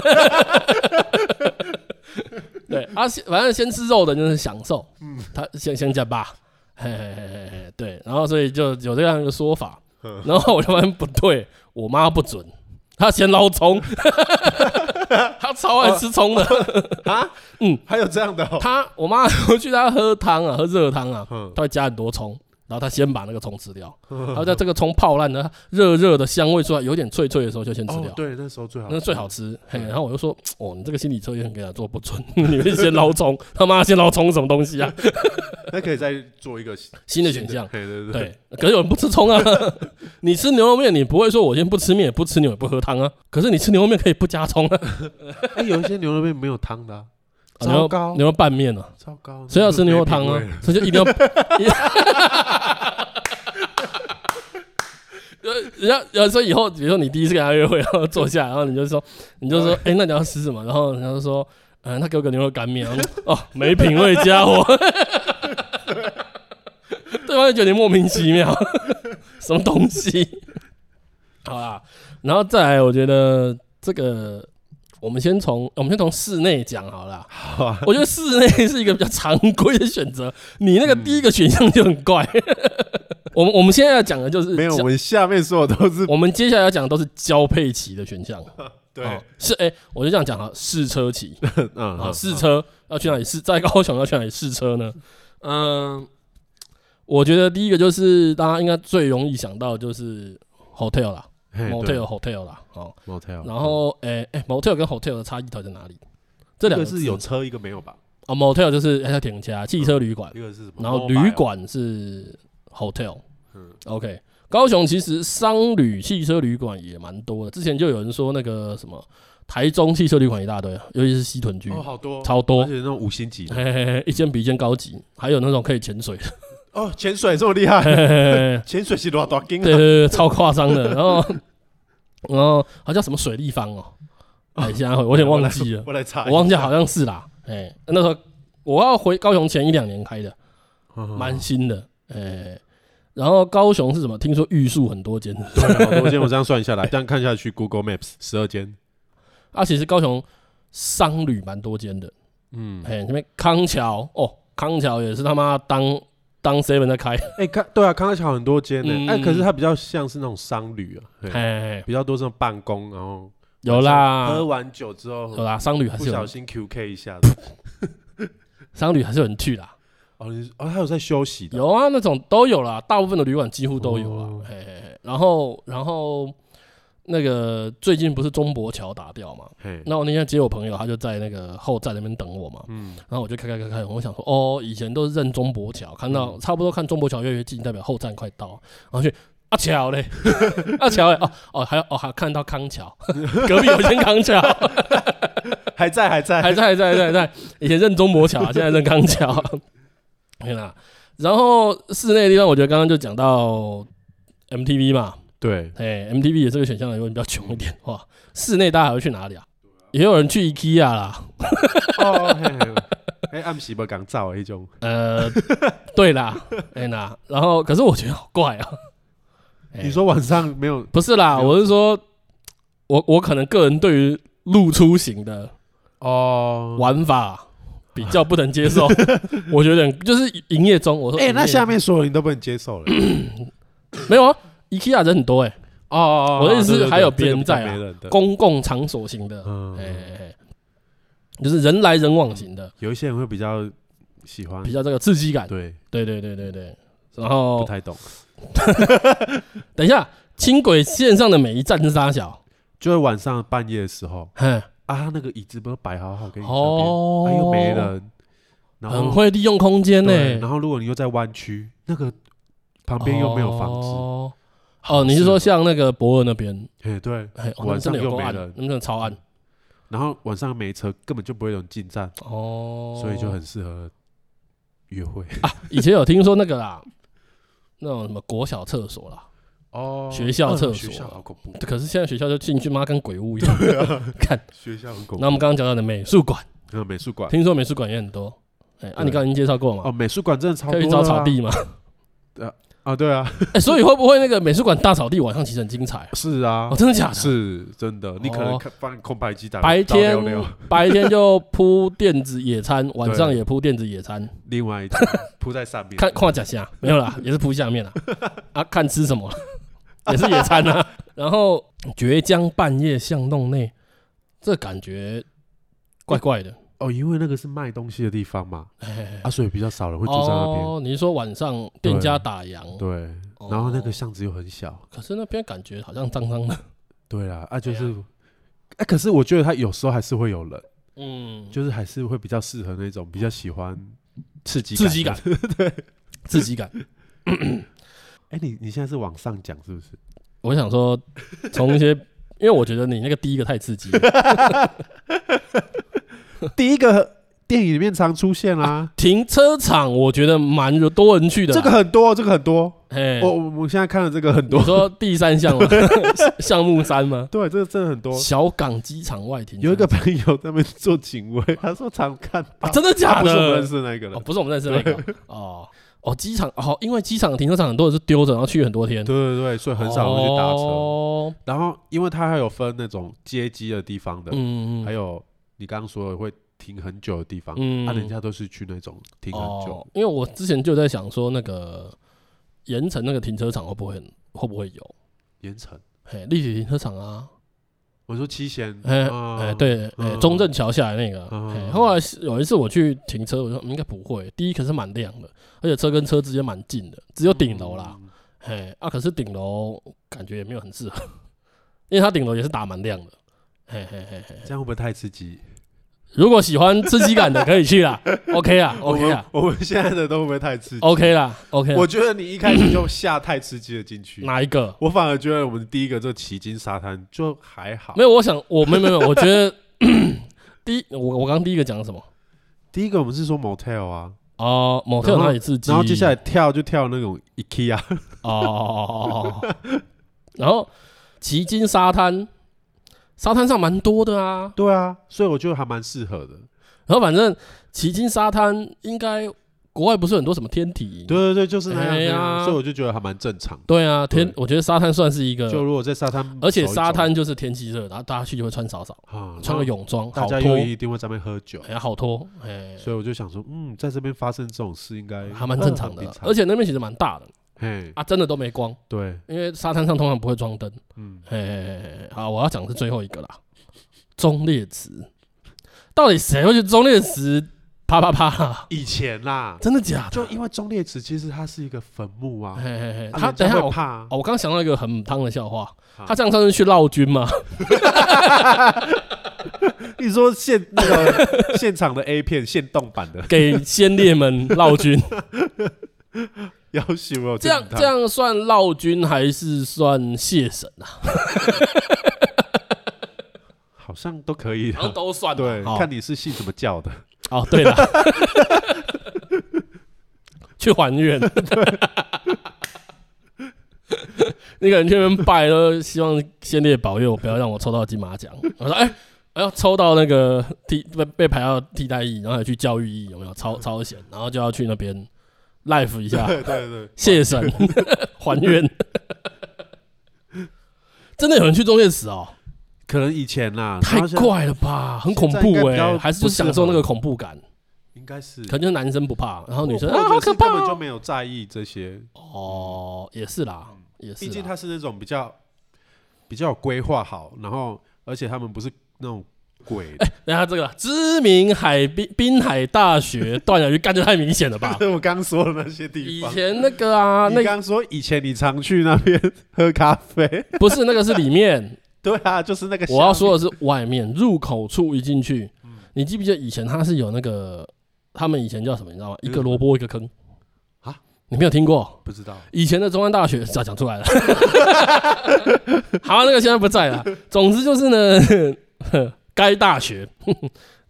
S3: 对啊，先反正先吃肉的就是享受，嗯，他先先讲吧，嘿嘿嘿嘿嘿，对，然后所以就有这样一个说法，
S2: 嗯
S3: 然后我就发现不对，我妈不准，她嫌捞葱， 她超爱吃葱的，
S2: 哦啊
S3: 嗯
S2: 还有这样的哦，
S3: 她我妈回去她喝汤啊，喝热汤啊，
S2: 嗯
S3: 她会加很多葱。然后她先把那个葱吃掉，然后在这个葱泡烂呢，热热的香味出来，有点脆脆的时候就先吃掉
S2: 哦，。对，那时候最好，嗯
S3: 那最好吃。嘿，然后我就说，哦，你这个心理测验给他做不准， 你们先捞葱， 他妈先捞葱什么东 西啊？
S2: 那可以再做一个
S3: 新的选项。
S2: 对对对，
S3: 对，可是有人不吃葱啊。 你吃牛肉面，你不会说我先不吃面，也不吃牛，也不喝汤啊。可是你吃牛肉面可以不加葱啊，
S2: 哎，有一些牛肉面没有汤的啊，
S3: 啊牛
S2: 糟
S3: 肉
S2: 糕
S3: 牛肉拌面啊，
S2: 糟糕，
S3: 谁要吃
S2: 那
S3: 牛
S2: 就
S3: 肉汤啊
S2: 没品味了？
S3: 所以就一 定要。呃，人家，人家说以后，比如说你第一次跟他约会，然后坐下，然后你就说，你就说，哎、那你要吃什么？然后人家就说，嗯、他给我个牛肉干面。然后说哦，没品味家伙。 对方就觉得你莫名其妙， 什么东西？好啦，然后再来，我觉得这个，我们先从我们先从室内讲好了啦。
S2: 好啊，
S3: 我觉得室内是一个比较常规的选 择，你那个第一个选项就很怪。 我们我们现在要讲的就是
S2: 嗯
S3: 哦
S2: 没有，
S3: 交
S2: 我们下面所有都是
S3: 我们接下来要讲的都是交配期的选项。
S2: 对
S3: 哦，是哎、我就这样讲哈，试 车期
S2: 嗯
S3: 啊，
S2: 嗯，
S3: 试车要去哪里试？在高雄要去哪里试车呢？嗯，我觉得第一个就是大家应该最容易想到的就是 hotel 啦
S2: 嘿哎对
S3: ，motel hotel 啦，哦，
S2: motel，
S3: 然后哎哎、motel 跟 hotel 的差异到底在哪里？这
S2: 一
S3: 两
S2: 个
S3: 个字
S2: 是有车，一个没有吧？
S3: 啊，motel 就是要停家、汽车旅馆，
S2: 一个是什么？
S3: 然后
S2: mobile
S3: 旅馆是 hotel。
S2: 嗯
S3: OK，高雄其实商旅、汽车旅馆也蛮多的。之前就有人说那个什么台中汽车旅馆一大堆，啊尤其是西屯区，
S2: 哦，好多，
S3: 超多
S2: 而且。那种五星级的
S3: 嘿嘿 嘿，一间比一间高级，还有那种可以潜水的，
S2: 哦，潜水这么厉
S3: 嘿
S2: 害，
S3: 嘿嘿嘿
S2: 潜水是多大金
S3: 对对
S2: 啊？
S3: 对，超夸张的。然后，然后好像什么水立方哦，哎，现在会我有点忘记了，
S2: 我来查一下，
S3: 我忘记好像是啦。哎，那时候我要回高雄前一两年开的，
S2: 嗯
S3: 蛮新的，诶、然后高雄是什么？听说玉树很多间
S2: 对，好多间，我这样算 下来，这样看下去，Google Maps 十二间，
S3: 啊，其实高雄商旅蛮多间的，
S2: 嗯，
S3: 嘿、那边康桥哦，康桥也是他妈当当 seven 在开，
S2: 哎，看对啊，康泰桥很多间
S3: 嗯
S2: 呢，哎，可是它比较像是那种商旅啊，
S3: 嘿
S2: 嘿
S3: 嘿，嘿
S2: 比较多这种办公，然后
S3: 哎有
S2: 喝
S3: 啦
S2: 完酒之后
S3: 有啦，商旅还
S2: 不
S3: 是有
S2: 小
S3: 人，
S2: 心 QK 一下的，
S3: 商旅还是有人去啦，
S2: 哦，你哦，他有在休息的，
S3: 有啊，那种都有啦，大部分的旅馆几乎都有啊，
S2: 哦
S3: 嘿嘿嘿，然后然后那个最近不是中博桥打掉嘛，
S2: 嘿，
S3: 那我那天接我朋友，他就在那个后站那边等我嘛，
S2: 嗯，
S3: 然后我就开开开开，我想说，哦，以前都是认中博桥，看到差不多看中博桥越来越近，代表后站快到，然后去阿桥嘞，阿桥嘞，哦哦，还有哦还看到康桥， 隔壁有一间康桥，
S2: 还在还在，
S3: 还在还在还在还在，以前认中博桥，现在认康桥，天哪！然后室内的地方，我觉得刚刚就讲到 MTV 嘛，
S2: 对，
S3: 哎，MTV 也是个选项啊。如果你比较穷一点的话，室内大家还会去哪里啊？也有人去 IKEA 啦。
S2: 哦，嘿嘿嘿暗时无讲走的迄种，
S3: 呃，对啦，哎啦，然后可是我觉得好怪啊。哎
S2: 你说晚上没有
S3: 不是啦，
S2: 没有
S3: 我是说，我我可能个人对于路出行的
S2: 哦？
S3: 玩法比较不能 接受，我觉得很就是营业中，我说
S2: 哎、
S3: 营
S2: 那
S3: 业
S2: 下面所有人都不能接受了。
S3: 没有啊，IKEA 人很多哎、
S2: 哦哦
S3: 我的意思是还有别人在啊
S2: 没人的。
S3: 公共场所型的，
S2: 嗯，
S3: 哎、哎哎就是人来人往型的，
S2: 有一些人会比较喜欢，
S3: 比较这哦个刺激感。
S2: 对，
S3: 对对对对对。然
S2: 不
S3: 后
S2: 太懂，
S3: 等一下，轻轨线上的每一站是啥小？
S2: 就是晚上半夜的时候
S3: 哼，
S2: 啊，他那个椅子不是摆好好给你上边，
S3: 哦
S2: 啊，又没，人，然后
S3: 很会利用空间呢、
S2: 对，然后如果你又在湾区，那个旁边又没有房子，
S3: 哦哦，你是说像那个博尔那边？
S2: 哎对，
S3: 哎，哦
S2: 晚
S3: 那真的
S2: 上
S3: 有
S2: 又
S3: 够
S2: 没
S3: 暗，
S2: 人
S3: 那真的超暗
S2: 然后晚上没车，根本就不会有人进站，
S3: 哦。
S2: 所以就很适合约会
S3: 以前有听说那个啦， 那种什么国小厕所啦，
S2: 哦
S3: 学校厕所
S2: 学校好恐怖，
S3: 可是现在学校就进去妈跟鬼屋一 样。看，
S2: 学校很恐
S3: 那我
S2: 怖
S3: 们刚刚讲到的美术馆，
S2: 还有美术馆
S3: 听说美术馆也很多。哎，啊，
S2: 对
S3: 你刚刚已经介绍过了
S2: 哦，
S3: 嘛？
S2: 美术馆真的超
S3: 可
S2: 多
S3: 以去
S2: 的
S3: 找
S2: 啊
S3: 草地嘛？
S2: 啊，对啊，
S3: 哎，所以会不会那个美术馆大草地晚上其实很精彩啊？
S2: 是啊
S3: 哦，，真的假的？
S2: 是真的，你可能
S3: 哦
S2: 看放空白机打
S3: 白
S2: 打
S3: 天
S2: 六六
S3: 白天就铺垫子野餐，晚上
S2: 对
S3: 也铺垫子野餐，
S2: 另外一张铺在上面，
S3: 看看假虾没有啦，也是铺下面啦。啊，看吃什么，也是野餐啊。然后绝江半夜巷弄内，这感觉怪怪的。
S2: 哦，因为那个是卖东西的地方嘛，
S3: 哎
S2: 啊，所以比较少人会住在那边。
S3: 哦，你是说晚上店家打烊，
S2: 对，
S3: 哦
S2: 然后那个巷子又很小，
S3: 可是那边感觉好像脏脏 的。
S2: 对啦，啊，就是，哎，可是我觉得他有时候还是会有人，
S3: 嗯，
S2: 就是还是会比较适合那种比较喜欢刺激，
S3: 刺激感
S2: 对。
S3: 刺激感。
S2: 哎，你你现在是往上讲是不是？
S3: 我想说，从一些，因为我觉得你那个第一个太刺激了，
S2: 第一个电影里面常出现 啦，
S3: 停车场我觉得蛮有多人去的啦。
S2: 这个很多，这个很多，
S3: 哎，
S2: 我我我现在看了这个很
S3: 你
S2: 多，
S3: 说第三项 吗？项目三吗？
S2: 对，这个真的很多。
S3: 小港机场外停车
S2: 有一个朋友在那边做警 卫，他说常看到
S3: 啊，真的
S2: 他
S3: 假
S2: 啊不是我们认
S3: 的？
S2: 识那个
S3: 哦，
S2: 人，
S3: 不是我们认识那个哦哦，机场哦，因为机场停车场很多人是丢着，然后去很多天，
S2: 对对对，所以很少人会去搭车。
S3: 哦
S2: 然后，因为他还有分那种接机的地方的，
S3: 嗯，嗯
S2: 还有你刚刚说的会停很久的地方，
S3: 嗯
S2: 啊，人家都是去那种停很久
S3: 哦，，因为我之前就在想说，那个盐城那个停车场会不会很会不会有？
S2: 盐城。
S3: 嘿，立体停车场啊，
S2: 我说七贤，
S3: 哎
S2: 啊
S3: 哎，，对，哎，
S2: 嗯
S3: 中正桥下来那个。
S2: 嗯
S3: 嘿后来是有一次我去停车，我说嗯应该不会，第一可是蛮亮的，而且车跟车之间蛮近的，只有顶楼啦。
S2: 嗯，
S3: 嘿啊，可是顶楼感觉也没有很适合， 因为它顶楼也是打蛮亮的。嘿嘿嘿嘿，
S2: 这样会不会太刺激
S3: 如果喜欢刺激感的可以去啦 ，OK 啦
S2: 我
S3: ，OK
S2: 们
S3: 啦
S2: 我们现在的都会不会太刺激？
S3: ，OK 啊啦，OK
S2: 我
S3: 啦。
S2: 觉得你一开始就下太刺激了进去，
S3: 哪一个？
S2: 我反而觉得我们第一个这奇经沙滩就还好
S3: 没。有，我想我没有没有，没有我觉得 第一，我我刚刚第一个讲什么？
S2: 第一个我们是说 motel 啊，
S3: 哦，某特
S2: 然后
S3: 哪里刺激？
S2: 然后接下来跳就跳那种 IKEA，
S3: 哦哦哦哦哦，然后奇经沙滩，沙滩上蛮多的啊。嗯
S2: 对啊，所以我觉得还蛮适合的。
S3: 然后反正奇经沙滩应该国外不是很多什么天体营？
S2: 对对对，就是那样
S3: 哎
S2: 那
S3: 呀
S2: 样，所以我就觉得还蛮正常的。
S3: 对啊，天
S2: 对，
S3: 我觉得沙滩算是一个，
S2: 就如果在沙滩，
S3: 而且沙滩就是天气热，然后大家去就会穿少少，
S2: 啊，
S3: 穿个泳装，
S2: 大
S3: 好
S2: 家又
S3: 脱，
S2: 一定会在那边喝酒，
S3: 哎，好脱，哎，
S2: 所以我就想说，嗯，在这边发生这种事应该
S3: 还蛮正常的
S2: 嗯
S3: 啦
S2: 很。
S3: 而且那边其实蛮大的
S2: 嘿，
S3: 啊，真的都没光，
S2: 对，
S3: 因为沙滩上通常不会装灯。
S2: 嗯，
S3: 哎哎哎哎好，我要讲的是最后一个啦，中列池，到底谁会去中列池啪啪啪啊？
S2: 以前啦，
S3: 真的假的？
S2: 就因为中列池其实它是一个坟墓啊
S3: 嘿，嘿嘿，
S2: 啊
S3: 哎
S2: 人
S3: 他
S2: 家
S3: 等一下
S2: 会
S3: 我
S2: 怕啊
S3: 哦，我刚想到一个很母汤的笑话，
S2: 好
S3: 他这样算是去绕军吗？
S2: 你说现那 个现场的 A 片现动版的，
S3: 给先烈们 绕军，
S2: 要求我
S3: 这样
S2: 真的
S3: 这样算绕军还是算 谢神啊？
S2: 好像都可以啊
S3: 好像都算啊
S2: 对，
S3: 好
S2: 看你是信什么教的。
S3: 哦，对 了，去还愿。 那个人去那边拜，都希望先烈保佑，不要让我抽到金马奖。我说，哎、哎要抽到那个替被被排到替代役，然后还去教育役，有没有
S2: 嗯
S3: 超超险？然后就要去那边 life 一下，
S2: 对对对，
S3: 谢神 还愿。真的有人去中介死哦，
S2: 可能以前啦，
S3: 太
S2: 然后现在，
S3: 怪了吧，很恐
S2: 现在应
S3: 怖
S2: 该
S3: 哎、
S2: 比较
S3: 还是就享受那个恐怖感，
S2: 应该是，哦
S3: 可能就是男生不怕，然后女生
S2: 或
S3: 啊
S2: 或
S3: 好
S2: 者是
S3: 可
S2: 根
S3: 怕
S2: 本就
S3: 哦
S2: 没有在意这些，
S3: 哦，也是啦，也是
S2: 嗯
S3: 啊
S2: 毕竟
S3: 啦，
S2: 他是那种比较比较有规划好，然后而且他们不是那种 鬼，
S3: 那他这个知名海滨滨海大学断崖鱼干就太明显 了吧？
S2: 我刚说的那些地
S3: 以
S2: 方。
S3: 前那个 啊，
S2: 你
S3: 那个
S2: 刚说以前你常去那边喝咖啡，
S3: 不是那个是里面，
S2: 对啊，就是那个
S3: 我要
S2: 巷
S3: 说的是外面入口处一进去，
S2: 嗯
S3: 你记不记得以前他是有那个，他们以前叫什么你知道吗？一
S2: 有什
S3: 个
S2: 么
S3: 萝卜一个坑
S2: 嗯啊，
S3: 你没有听过？
S2: 不知道，
S3: 以前的中山大学，早讲出来了。 好，那个现在不在了。总之就是呢，呵该大学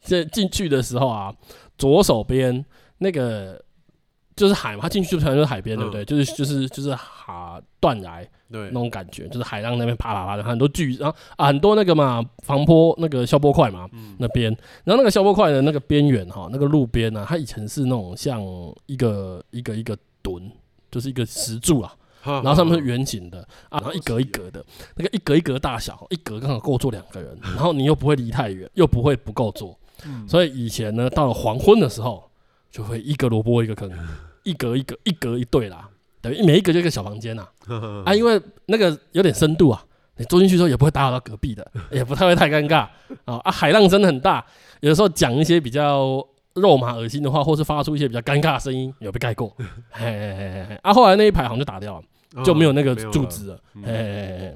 S3: 这进去的时候啊，左手边那个就是海嘛，他进去就全就是海边，对不对？就是就是就是哈断崖
S2: 对
S3: 那，种感觉，就是海浪那边啪啪啪的，很多巨，然后、啊、很多那个嘛防坡那个消波块嘛。
S2: 嗯，
S3: 那边，然后那个消波块的那个边缘哈，那个路边呢、它以前是那种像一个一个一个墩，就是一个石柱啊，
S2: 然
S3: 然后
S2: 嗯
S3: 上面是圆形的啊，然后一格一格的，那个一格一格大小，一格刚好够坐两个人，
S2: 嗯
S3: 然后你又不会离太远，又不会不够坐，所以以前呢，到了黄昏的时候，就会一个萝卜一个坑，一格一格一格一对啦，等于每一格就一个小房间呐
S2: 圆
S3: 啊，因为那个有点深度啊。你坐进去之后也不会打扰到隔壁的，也不太会太尴尬啊啊！海浪真的很大，有的时候讲一些比较肉麻恶心的话，或是发出一些比较尴尬的声音，有被盖过。 嘿嘿嘿嘿嘿啊，后来那一排好像就打掉了。就哦没有那个柱，子了。
S2: 嗯
S3: 哎哎哎，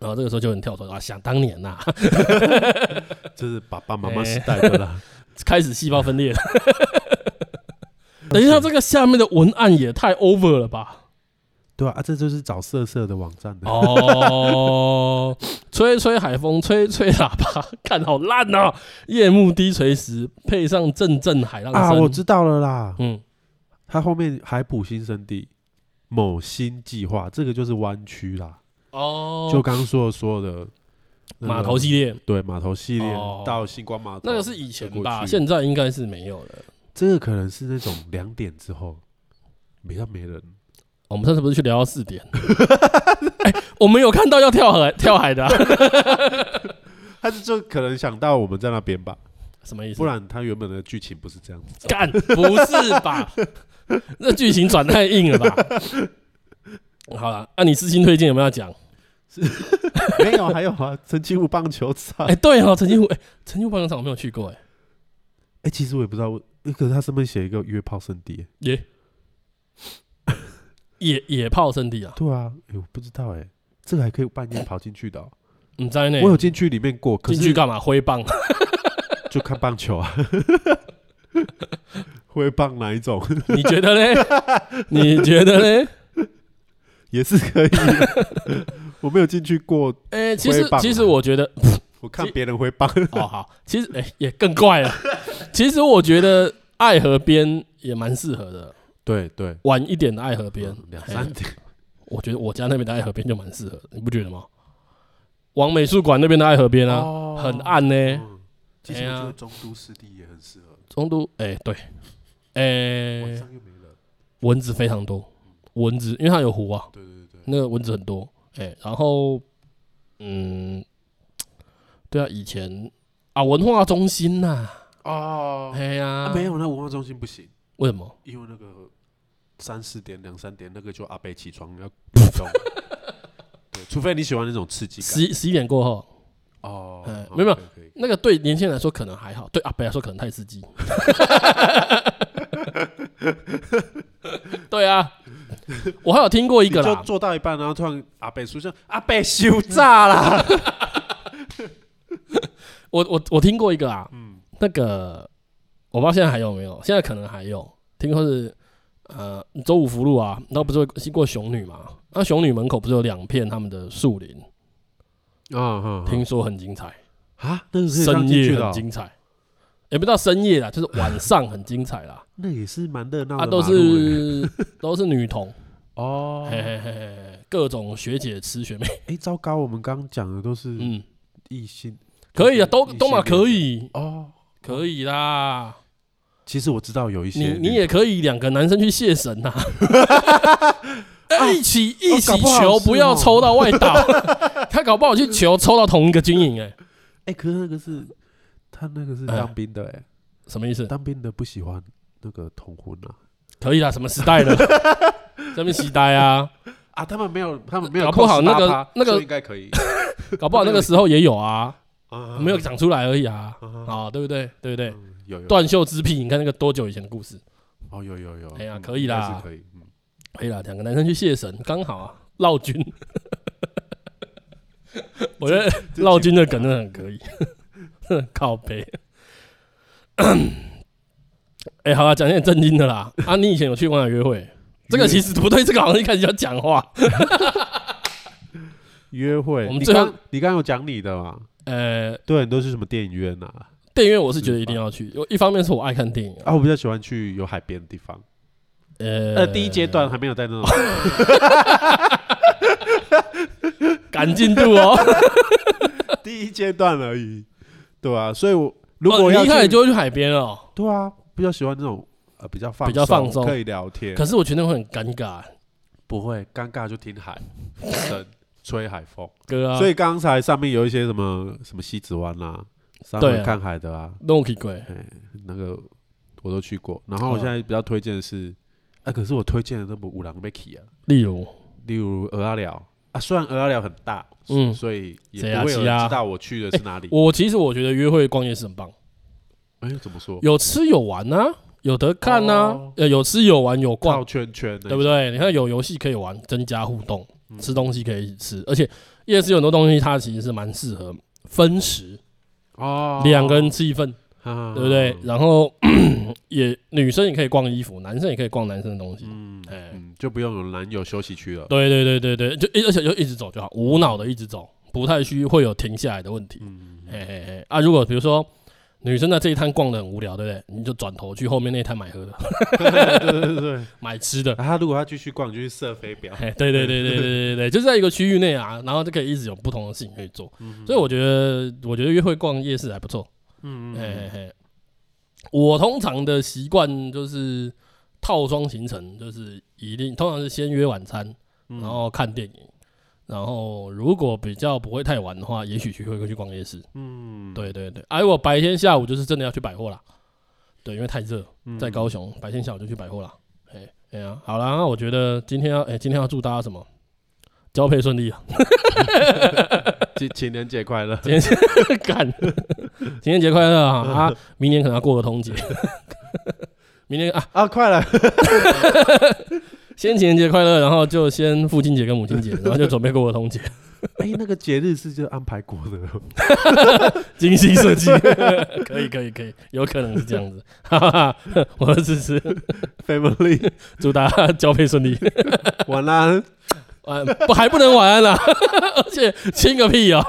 S3: 然后这个时候就很跳出来啊，想当年呐、
S2: 嗯这是爸爸妈
S3: 哎
S2: 妈时代的啦，
S3: 开始细胞分 裂了。 等一下，这个下面的文案也太 over 了吧？
S2: 对啊，啊这就是找色色的网站的，
S3: 哦，吹吹海风，吹吹喇叭， 看好烂哦！夜幕低垂时，配上阵阵海浪声。
S2: 啊，我知道了啦，
S3: 嗯，
S2: 它后面海普新生地某新计划，这个就是湾区啦，
S3: 哦，
S2: 就刚刚说的所有的那个
S3: 码头系列，
S2: 对码头系列
S3: 哦
S2: 到星光码头，
S3: 那个是以前
S2: 就过
S3: 吧，
S2: 去
S3: 现在应该是没有了。
S2: 这个可能是那种两点之后比较没人，
S3: 我们上次不是去聊到四点？ 哎我们有看到要跳海跳海的啊、
S2: 他就可能想到我们在那边吧，
S3: 什么意思？
S2: 不然他原本的剧情不是这样子。
S3: 干不是吧？这剧情转太硬了吧？好了，那、你私心推荐有没有要讲？
S2: 没有，还有啊，陈清湖棒球场
S3: 哎、。对哦，陈金湖，哎、陈金湖棒球场我没有去过、哎，
S2: 哎，其实我也不知道为，可是他上面写一个约炮圣地。哎
S3: 野野野炮圣地啊，
S2: 对啊，哎，我不知道哎，这个还可以半夜跑进去的哦。
S3: 你在那
S2: 我有进去里面过，可
S3: 进去
S2: 是
S3: 干嘛？挥棒？
S2: 就看棒球啊。 挥棒哪一种
S3: 你觉得嘞？你觉得嘞？
S2: 也是可以。 我没有进去过，
S3: 哎、其实
S2: 挥棒啊
S3: 其实我觉得，
S2: 我看别人挥 棒。
S3: 哦好，其实哎、也更怪了。 其实我觉得爱河边也蛮适合的，
S2: 对对，
S3: 晚一点的爱河边
S2: 嗯，两
S3: 嘿
S2: 三点。
S3: 我觉得我家那边的爱河边就蛮适合的，你不觉得吗？往美术馆那边的爱河边啊，
S2: 哦
S3: 很暗呢、
S2: 嗯其实我觉
S3: 哎呀
S2: 得中都湿地也很适合，
S3: 中都哎、对，哎、
S2: 晚上又没人。
S3: 蚊子非常多，蚊子因为它有湖啊，
S2: 对对对，
S3: 那个蚊子很多，哎、然后嗯，对啊，以前啊文化中心呐、
S2: 哦，
S3: 哎呀、
S2: 啊没，有，那文化中心不行，
S3: 为什么？
S2: 因为那个三四点、两三点那个就阿北起床要运 动，对，除非你喜欢那种刺激感。
S3: 十十一点过后，
S2: 哦
S3: 哎，
S2: 好
S3: 没有
S2: 可以可以
S3: 那个对年轻人来说可能还好，对阿北来说可能太 刺激。对啊，我还有听过一
S2: 你
S3: 个
S2: 就
S3: 啦，
S2: 做到一半，然后突然阿北出现，阿北休炸啦！
S3: 我我我听过一个啊，
S2: 嗯
S3: 那个我不知道现在还有没有，现在可能还有，听说是呃周五福路啊，那不是会经过熊女嘛？那熊女门口不是有两片他们的树林，
S2: 啊啊
S3: 听说很精彩，
S2: 啊，那个是
S3: 深
S2: 进去
S3: 夜
S2: 的
S3: 很
S2: 哦，
S3: 精彩，也不知道深夜 啦，就是晚上很精彩啦，
S2: 那也是蛮热闹的
S3: 啊
S2: 马 路欸，
S3: 都是都是女童。
S2: 哦
S3: 嘿嘿嘿嘿，各种学姐吃学妹，
S2: 哎，糟糕，我们刚刚讲的都是
S3: 嗯，
S2: 异性
S3: 可以啊，都
S2: 异性
S3: 都嘛
S2: 恋
S3: 可以，
S2: 哦。
S3: 可以啦。
S2: 其实我知道有一
S3: 你
S2: 些
S3: 你
S2: 女
S3: 也可以两个男生去谢神 呐、啊，一起一起
S2: 哦搞不好
S3: 球，
S2: 是
S3: 不要
S2: 哦
S3: 抽到外 岛。他搞不好去球抽到同一个军营，哎，
S2: 哎，可是那个是他那个是
S3: 哎
S2: 当兵的哎，
S3: 什么意思？
S2: 当兵的不喜欢那个同婚啊
S3: 可以啦，什么时代 了？这边期待啊，
S2: 啊，他们没有他们没有
S3: 搞不好
S2: 扣18%
S3: 那个那个
S2: 就应该可以
S3: 搞不好那个时候也有啊，
S2: 啊
S3: 没有讲出来而已啊，
S2: 啊
S3: 啊，对不对？对不对？
S2: 嗯有有
S3: 断袖之癖，你看那个多久以前的故事？
S2: 哦有有有，
S3: 哎呀
S2: 嗯
S3: 可以啦
S2: 应该是可以，嗯
S3: 可以啦，哎两个男生去谢神，刚好啊，绕军。我觉得绕军的梗真的很可以，靠背。哎、好了，讲点正经的啦。啊，你以前有去过哪约会？这个其实不对，这个好像一开始要讲话。
S2: 约会，
S3: 我们
S2: 你
S3: 最后
S2: 刚你刚刚有讲你的嘛？
S3: 呃，
S2: 对，你都是什么电影院啊？
S3: 电影院我是觉得一定要去，我一方面是我爱看电影啊，
S2: 啊，我比较喜欢去有海边的地方。
S3: 呃，
S2: 呃，第一阶段还没有在那种，
S3: 赶进度哦。
S2: 第一阶段而已，对啊，所以我 如
S3: 哦
S2: 果
S3: 你
S2: 要
S3: 一开始
S2: 去，
S3: 就会去海边了哦，
S2: 对啊，比较喜欢这种呃比较放
S3: 比较放松
S2: 可以聊天，
S3: 可是我觉得会很尴尬，
S2: 不会尴尬就听海声吹海风。
S3: 哥 啊，
S2: 所
S3: 以
S2: 以刚才上面有一些什么什么西子湾啦，上
S3: 对
S2: 面
S3: 啊
S2: 看海的啊，
S3: 弄起鬼
S2: 那个我都去过。然后我现在比较推荐的是，啊，可是我推荐的都不五郎 Vicky 啊，
S3: 例如
S2: 例如鹅阿寮啊，虽然鹅阿寮很大，
S3: 嗯
S2: 嗯，所以也
S3: 谁啊
S2: 不会有
S3: 谁
S2: 人
S3: 啊
S2: 知道我去的是哪里。
S3: 我其实我觉得约会逛夜市很棒，
S2: 哎，怎么说？
S3: 有吃有玩啊，有得看啊
S2: 哦，
S3: 呃，有吃有玩有
S2: 绕
S3: 逛，
S2: 圈圈，
S3: 对不？对？你看有游戏可以玩，增加互动，
S2: 嗯
S3: 吃东西可以一起吃，而且夜市有很多东西它其实是蛮适合分食，
S2: 哦，
S3: 两个人吃一份，
S2: 啊，
S3: 对不对？然后 也女生也可以逛衣服，男生也可以逛男生的东西，
S2: 嗯
S3: 哎
S2: 嗯，就不用有男友休息区 了。
S3: 对对对对对，就一而且就一直走就好，无脑的一直走，不太需会有停下来的问题。
S2: 嗯，
S3: 嘿嘿嘿啊，如果比如说女生在这一摊逛的很无聊，对不对？你就转头去后面那一摊买喝的、
S2: 对对对对。 啊
S3: 买吃的。
S2: 他如果要继续逛，就去射飞镖。
S3: 嘿，哎对对对对对对对，就是在一个区域内啊，然后就可以一直有不同的事情可以做。所以我觉得，我觉得约会逛夜市还不错。
S2: 嗯
S3: 嘿嘿
S2: 嗯，
S3: 嘿，我通常的习惯就是套装行程，就是一定通常是先约晚餐，
S2: 嗯
S3: 然后看电影，然后如果比较不会太晚的话，也许去会去逛夜市。
S2: 嗯，
S3: 对对对，哎、我白天下午就是真的要去百货啦，对，因为太热，
S2: 嗯
S3: 在高雄，白天下午就去百货啦。哎哎呀，好啦，那我觉得今天要哎、今天要祝大家什么？交配顺 利啊！
S2: 情情人节快乐，
S3: 今天 干，情人节快乐啊！啊，明年可能要过 个通节，明年啊，
S2: 啊，快了，
S3: 先情人节快乐，然后就先父亲节跟母亲节，然后就准备过个通节，
S2: 哎，那个节日是就安排过的，
S3: 精心设计， 可以可以可以，有可能是这样子， 哈哈哈，我支持，
S2: family
S3: 祝大家交配顺 利。
S2: 晚安。
S3: 啊 晚不还不能晚安啦，而且亲个屁哦、